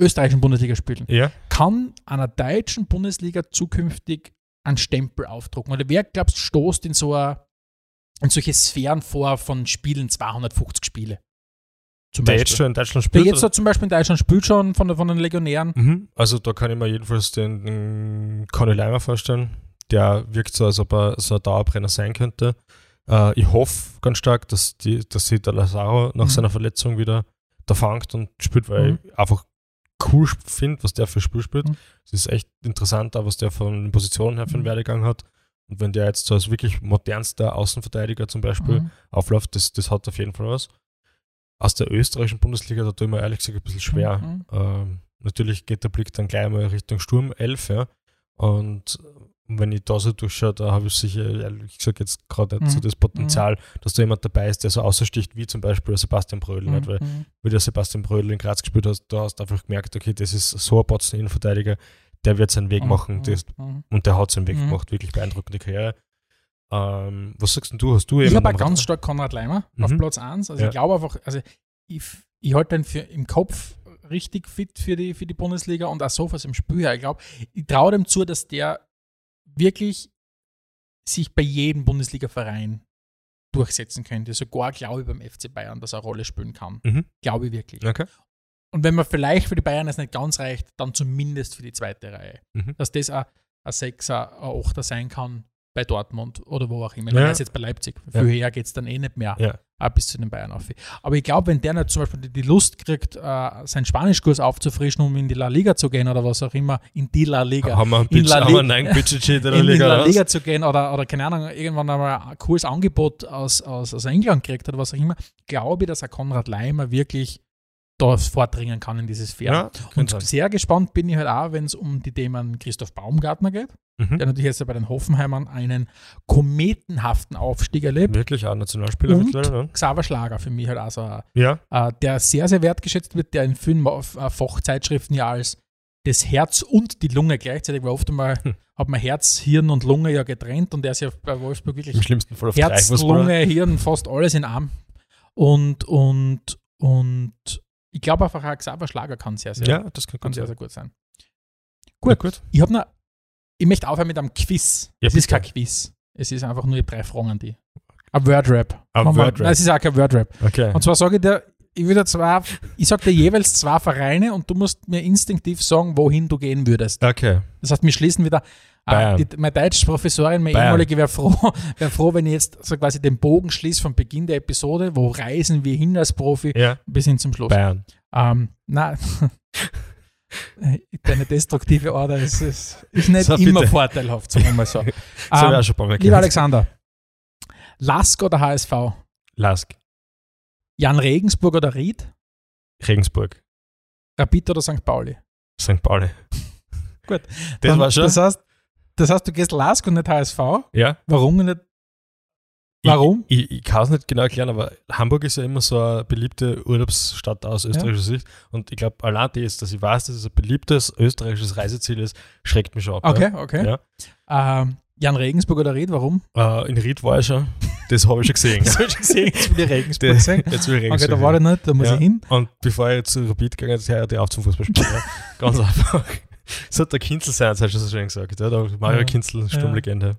Speaker 3: österreichischen Bundesligaspielern,
Speaker 2: Ja.
Speaker 3: kann einer deutschen Bundesliga zukünftig einen Stempel aufdrucken? Oder wer glaubst du, stoßt in so a- in solche Sphären vor von Spielen 250 Spiele? Zum
Speaker 2: Der jetzt
Speaker 3: Beispiel.
Speaker 2: schon in Deutschland
Speaker 3: Der
Speaker 2: spielt.
Speaker 3: jetzt
Speaker 2: oder?
Speaker 3: hat zum Beispiel in Deutschland spielt schon von, von den Legionären.
Speaker 2: Mhm. Also da kann ich mir jedenfalls den, den Conny Leimer vorstellen. Der wirkt so, als ob er so ein Dauerbrenner sein könnte. Äh, ich hoffe ganz stark, dass, die, dass sich der Lazaro nach
Speaker 3: Mhm.
Speaker 2: seiner Verletzung wieder da fängt und spielt, weil
Speaker 3: Mhm.
Speaker 2: ich einfach cool sp- finde, was der für Spiel spielt.
Speaker 3: Mhm.
Speaker 2: Es ist echt interessant, auch was der von den Positionen her für einen
Speaker 3: Mhm.
Speaker 2: Werdegang hat. Und wenn der jetzt so als wirklich modernster Außenverteidiger zum Beispiel
Speaker 3: Mhm.
Speaker 2: aufläuft, das, das hat auf jeden Fall was. Aus der österreichischen Bundesliga, da tue ich mir ehrlich gesagt ein bisschen schwer.
Speaker 3: Mhm.
Speaker 2: Ähm, natürlich geht der Blick dann gleich mal Richtung Sturm 11, ja. Und wenn ich da so durchschaue, da habe ich sicher, ehrlich gesagt, jetzt gerade nicht
Speaker 3: Mhm.
Speaker 2: so das Potenzial, dass da jemand dabei ist, der so außersticht, wie zum Beispiel der Sebastian Brödel. Nicht? Weil,
Speaker 3: Mhm.
Speaker 2: wie der Sebastian Brödel in Graz gespielt hat, da hast du einfach gemerkt, okay, das ist so ein Botzen Innenverteidiger, der wird seinen Weg machen. Das,
Speaker 3: Mhm.
Speaker 2: und der hat seinen Weg
Speaker 3: Mhm.
Speaker 2: gemacht, wirklich beeindruckende Karriere. Ähm, was sagst denn du? Hast du
Speaker 3: Ich
Speaker 2: jemanden
Speaker 3: habe auch
Speaker 2: am Radar?
Speaker 3: ganz stark Konrad Leimer auf
Speaker 2: Mhm.
Speaker 3: Platz 1. Also
Speaker 2: Ja.
Speaker 3: ich glaube einfach, also ich, ich halte den für im Kopf richtig fit für die, für die Bundesliga und auch so was im Spiel her. Ich glaube, ich traue dem zu, dass der wirklich sich bei jedem Bundesliga-Verein durchsetzen könnte. Sogar glaube ich beim FC Bayern, dass er eine Rolle spielen kann.
Speaker 2: Mhm.
Speaker 3: Glaube ich wirklich.
Speaker 2: Okay.
Speaker 3: Und wenn man vielleicht für die Bayern es nicht ganz reicht, dann zumindest für die zweite Reihe.
Speaker 2: Mhm.
Speaker 3: Dass das ein ein Sechser, ein Achter sein kann bei Dortmund oder wo auch immer.
Speaker 2: Ja.
Speaker 3: Ja. jetzt bei Leipzig. Für
Speaker 2: Ja.
Speaker 3: höher geht es dann eh nicht mehr.
Speaker 2: Ja.
Speaker 3: Auch bis zu den Bayern auf. Aber ich glaube, wenn der nicht zum Beispiel die- die Lust kriegt, äh, seinen Spanischkurs aufzufrischen, um in die La Liga zu gehen oder was auch immer, in die La Liga.
Speaker 2: Haben wir einen
Speaker 3: In
Speaker 2: Pitch,
Speaker 3: La
Speaker 2: haben wir
Speaker 3: Liga-
Speaker 2: einen Pitch in der
Speaker 3: in die
Speaker 2: Liga.
Speaker 3: La
Speaker 2: raus?
Speaker 3: Liga zu gehen oder, oder keine Ahnung, irgendwann einmal ein cooles Angebot aus, aus, aus England gekriegt hat, was auch immer, glaube ich, dass ein Konrad Leimer wirklich da vordringen kann in diese Sphäre.
Speaker 2: Ja,
Speaker 3: Und
Speaker 2: könnte sein.
Speaker 3: sehr gespannt bin ich halt auch, wenn es um die Themen Christoph Baumgartner geht,
Speaker 2: Mhm.
Speaker 3: der natürlich jetzt bei den Hoffenheimern einen kometenhaften Aufstieg erlebt.
Speaker 2: Wirklich auch Nationalspieler
Speaker 3: Und-
Speaker 2: mittlerweile, ne?
Speaker 3: Xaver Schlager für mich halt auch so, ein,
Speaker 2: ja?
Speaker 3: äh, der sehr, sehr wertgeschätzt wird, der in vielen Ma- F- äh, Fachzeitschriften ja als das Herz und die Lunge gleichzeitig, weil oft einmal
Speaker 2: Hm.
Speaker 3: hat man Herz, Hirn und Lunge ja getrennt und der ist ja bei Wolfsburg
Speaker 2: Ja,
Speaker 3: wirklich
Speaker 2: im schlimmsten Fall auf
Speaker 3: Herz,
Speaker 2: drei. was war-
Speaker 3: Lunge, Hirn, fast alles in Arm. Und, und, und ich glaube einfach, auch Xaver Schlager kann sehr, sehr,
Speaker 2: Ja, das kann
Speaker 3: kann
Speaker 2: gut
Speaker 3: sehr,
Speaker 2: sein.
Speaker 3: sehr gut sein.
Speaker 2: Na
Speaker 3: Also Gut. Ich habe noch, ich möchte aufhören mit einem Quiz.
Speaker 2: Ja,
Speaker 3: es ist
Speaker 2: bitte.
Speaker 3: kein Quiz. Es ist einfach nur drei Fragen an die. Ein Wordrap.
Speaker 2: Ein
Speaker 3: Machen wir-
Speaker 2: Wordrap.
Speaker 3: Nein, es ist auch kein Wordrap.
Speaker 2: Okay.
Speaker 3: Und zwar sage ich dir, ich würde zwar, ich sage dir jeweils zwei Vereine und du musst mir instinktiv sagen, wohin du gehen würdest.
Speaker 2: Okay.
Speaker 3: Das heißt, wir schließen wieder.
Speaker 2: Bayern.
Speaker 3: Ah, die, meine Deutschprofessorin, meine
Speaker 2: Bayern.
Speaker 3: ehemalige, wäre froh, wär froh, wenn ich jetzt so quasi den Bogen schließe vom Beginn der Episode, wo reisen wir hin als Profi,
Speaker 2: Ja.
Speaker 3: bis hin zum Schluss.
Speaker 2: Bayern.
Speaker 3: Ähm, nein. Deine destruktive Order ist, ist, ist nicht
Speaker 2: So, bitte.
Speaker 3: immer vorteilhaft, sagen wir mal so.
Speaker 2: Das habe ich
Speaker 3: Ähm,
Speaker 2: auch schon ein paar Mal
Speaker 3: lieber
Speaker 2: gehört.
Speaker 3: Alexander, Lask oder HSV?
Speaker 2: Lask.
Speaker 3: Jan Regensburg oder Ried?
Speaker 2: Regensburg.
Speaker 3: Rapid oder St. Pauli?
Speaker 2: St. Pauli.
Speaker 3: Gut.
Speaker 2: Das
Speaker 3: Dann-
Speaker 2: war schon.
Speaker 3: Das heißt, das heißt, du gehst Lask und nicht HSV?
Speaker 2: ja.
Speaker 3: Warum nicht? Warum?
Speaker 2: Ich, ich, ich kann es nicht genau erklären, aber Hamburg ist ja immer so eine beliebte Urlaubsstadt aus österreichischer Sicht. Und ich glaube, allein das, dass ich weiß, dass es ein beliebtes österreichisches Reiseziel ist, schreckt mich schon ab.
Speaker 3: Okay, okay.
Speaker 2: Ja.
Speaker 3: Ähm, Jan Regensburg oder Ried? Warum?
Speaker 2: Ja. Äh, in Ried war ich schon. Das habe ich schon gesehen.
Speaker 3: Das hab ich schon gesehen, jetzt will ich Regensburg
Speaker 2: Der-
Speaker 3: sehen.
Speaker 2: Jetzt will ich
Speaker 3: Okay,
Speaker 2: Regensburg.
Speaker 3: da war ich nicht, da muss
Speaker 2: Ja.
Speaker 3: ich hin.
Speaker 2: Und bevor ich jetzt zu Rapid gegangen bin, höre ich auf zum Fußballspielen. ja. Ganz einfach. Das hat der Kinzel sein, das hast du so schön gesagt. Ja? Der Mario
Speaker 3: Ja.
Speaker 2: Kinzel, Sturmlegende.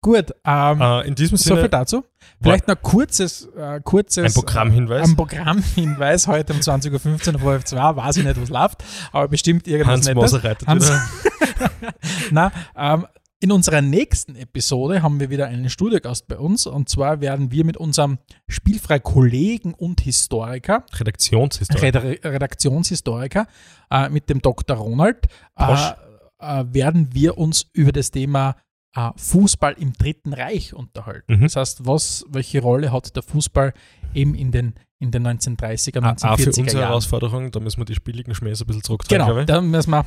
Speaker 3: Gut, ähm,
Speaker 2: Äh, in diesem
Speaker 3: so viel
Speaker 2: Sinne
Speaker 3: dazu. Vielleicht noch kurzes, äh, kurzes
Speaker 2: ein Programmhinweis.
Speaker 3: Ein Programmhinweis heute um 20.15 Uhr auf OF2. Weiß ich nicht, was läuft, aber bestimmt irgendwas
Speaker 2: Hans
Speaker 3: Nettes.
Speaker 2: Moser reitet
Speaker 3: ne? Hans-
Speaker 2: wieder.
Speaker 3: Na, ähm, in unserer nächsten Episode haben wir wieder einen Studiogast bei uns und zwar werden wir mit unserem spielfrei Kollegen und Historiker,
Speaker 2: Redaktionshistorie.
Speaker 3: Reda- Redaktionshistoriker, äh, mit dem Dr. Ronald, äh,
Speaker 2: Posch.
Speaker 3: äh, werden wir uns über das Thema äh, Fußball im Dritten Reich unterhalten.
Speaker 2: Mhm.
Speaker 3: Das heißt, was, welche Rolle hat der Fußball eben in den, in den 1930er,
Speaker 2: Ah, ah, für
Speaker 3: 1940er
Speaker 2: unsere
Speaker 3: Jahren?
Speaker 2: Herausforderung, da müssen wir die spieligen Schmähs ein bisschen zurückdrehen,
Speaker 3: Genau,
Speaker 2: glaube ich.
Speaker 3: da müssen wir.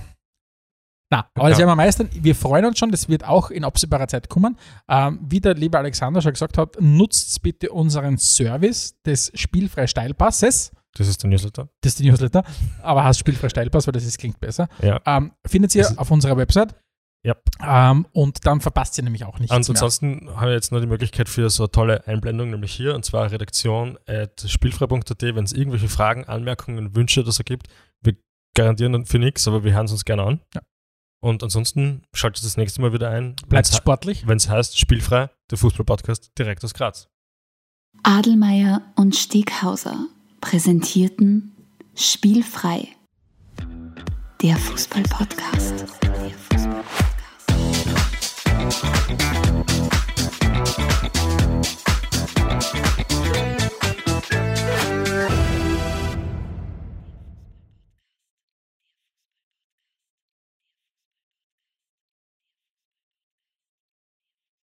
Speaker 3: Na, aber das
Speaker 2: Ja.
Speaker 3: werden wir meistern. Wir freuen uns schon, das wird auch in absehbarer Zeit kommen. Ähm, wie der liebe Alexander schon gesagt hat, nutzt bitte unseren Service des Spielfrei Steilpasses.
Speaker 2: Das ist der Newsletter.
Speaker 3: Das ist die Newsletter, aber heißt Spielfrei Steilpass, weil das ist, klingt besser.
Speaker 2: Ja.
Speaker 3: Ähm, findet ihr
Speaker 2: Das ist-
Speaker 3: auf unserer Website.
Speaker 2: Ja.
Speaker 3: Ähm, und dann verpasst ihr nämlich auch nichts.
Speaker 2: Und
Speaker 3: mehr.
Speaker 2: ansonsten haben wir jetzt noch die Möglichkeit für so eine tolle Einblendung, nämlich hier, und zwar redaktion.spielfrei.at, wenn es irgendwelche Fragen, Anmerkungen, Wünsche oder so gibt. Wir garantieren dann für nichts, aber wir hören es uns gerne an.
Speaker 3: Ja.
Speaker 2: Und ansonsten schaltet das nächste Mal wieder ein,
Speaker 3: Bleibt sportlich.
Speaker 2: wenn es heißt Spielfrei, der Fußball-Podcast direkt aus Graz.
Speaker 1: Adelmeier und Steghauser präsentierten Spielfrei. Der Fußball-Podcast.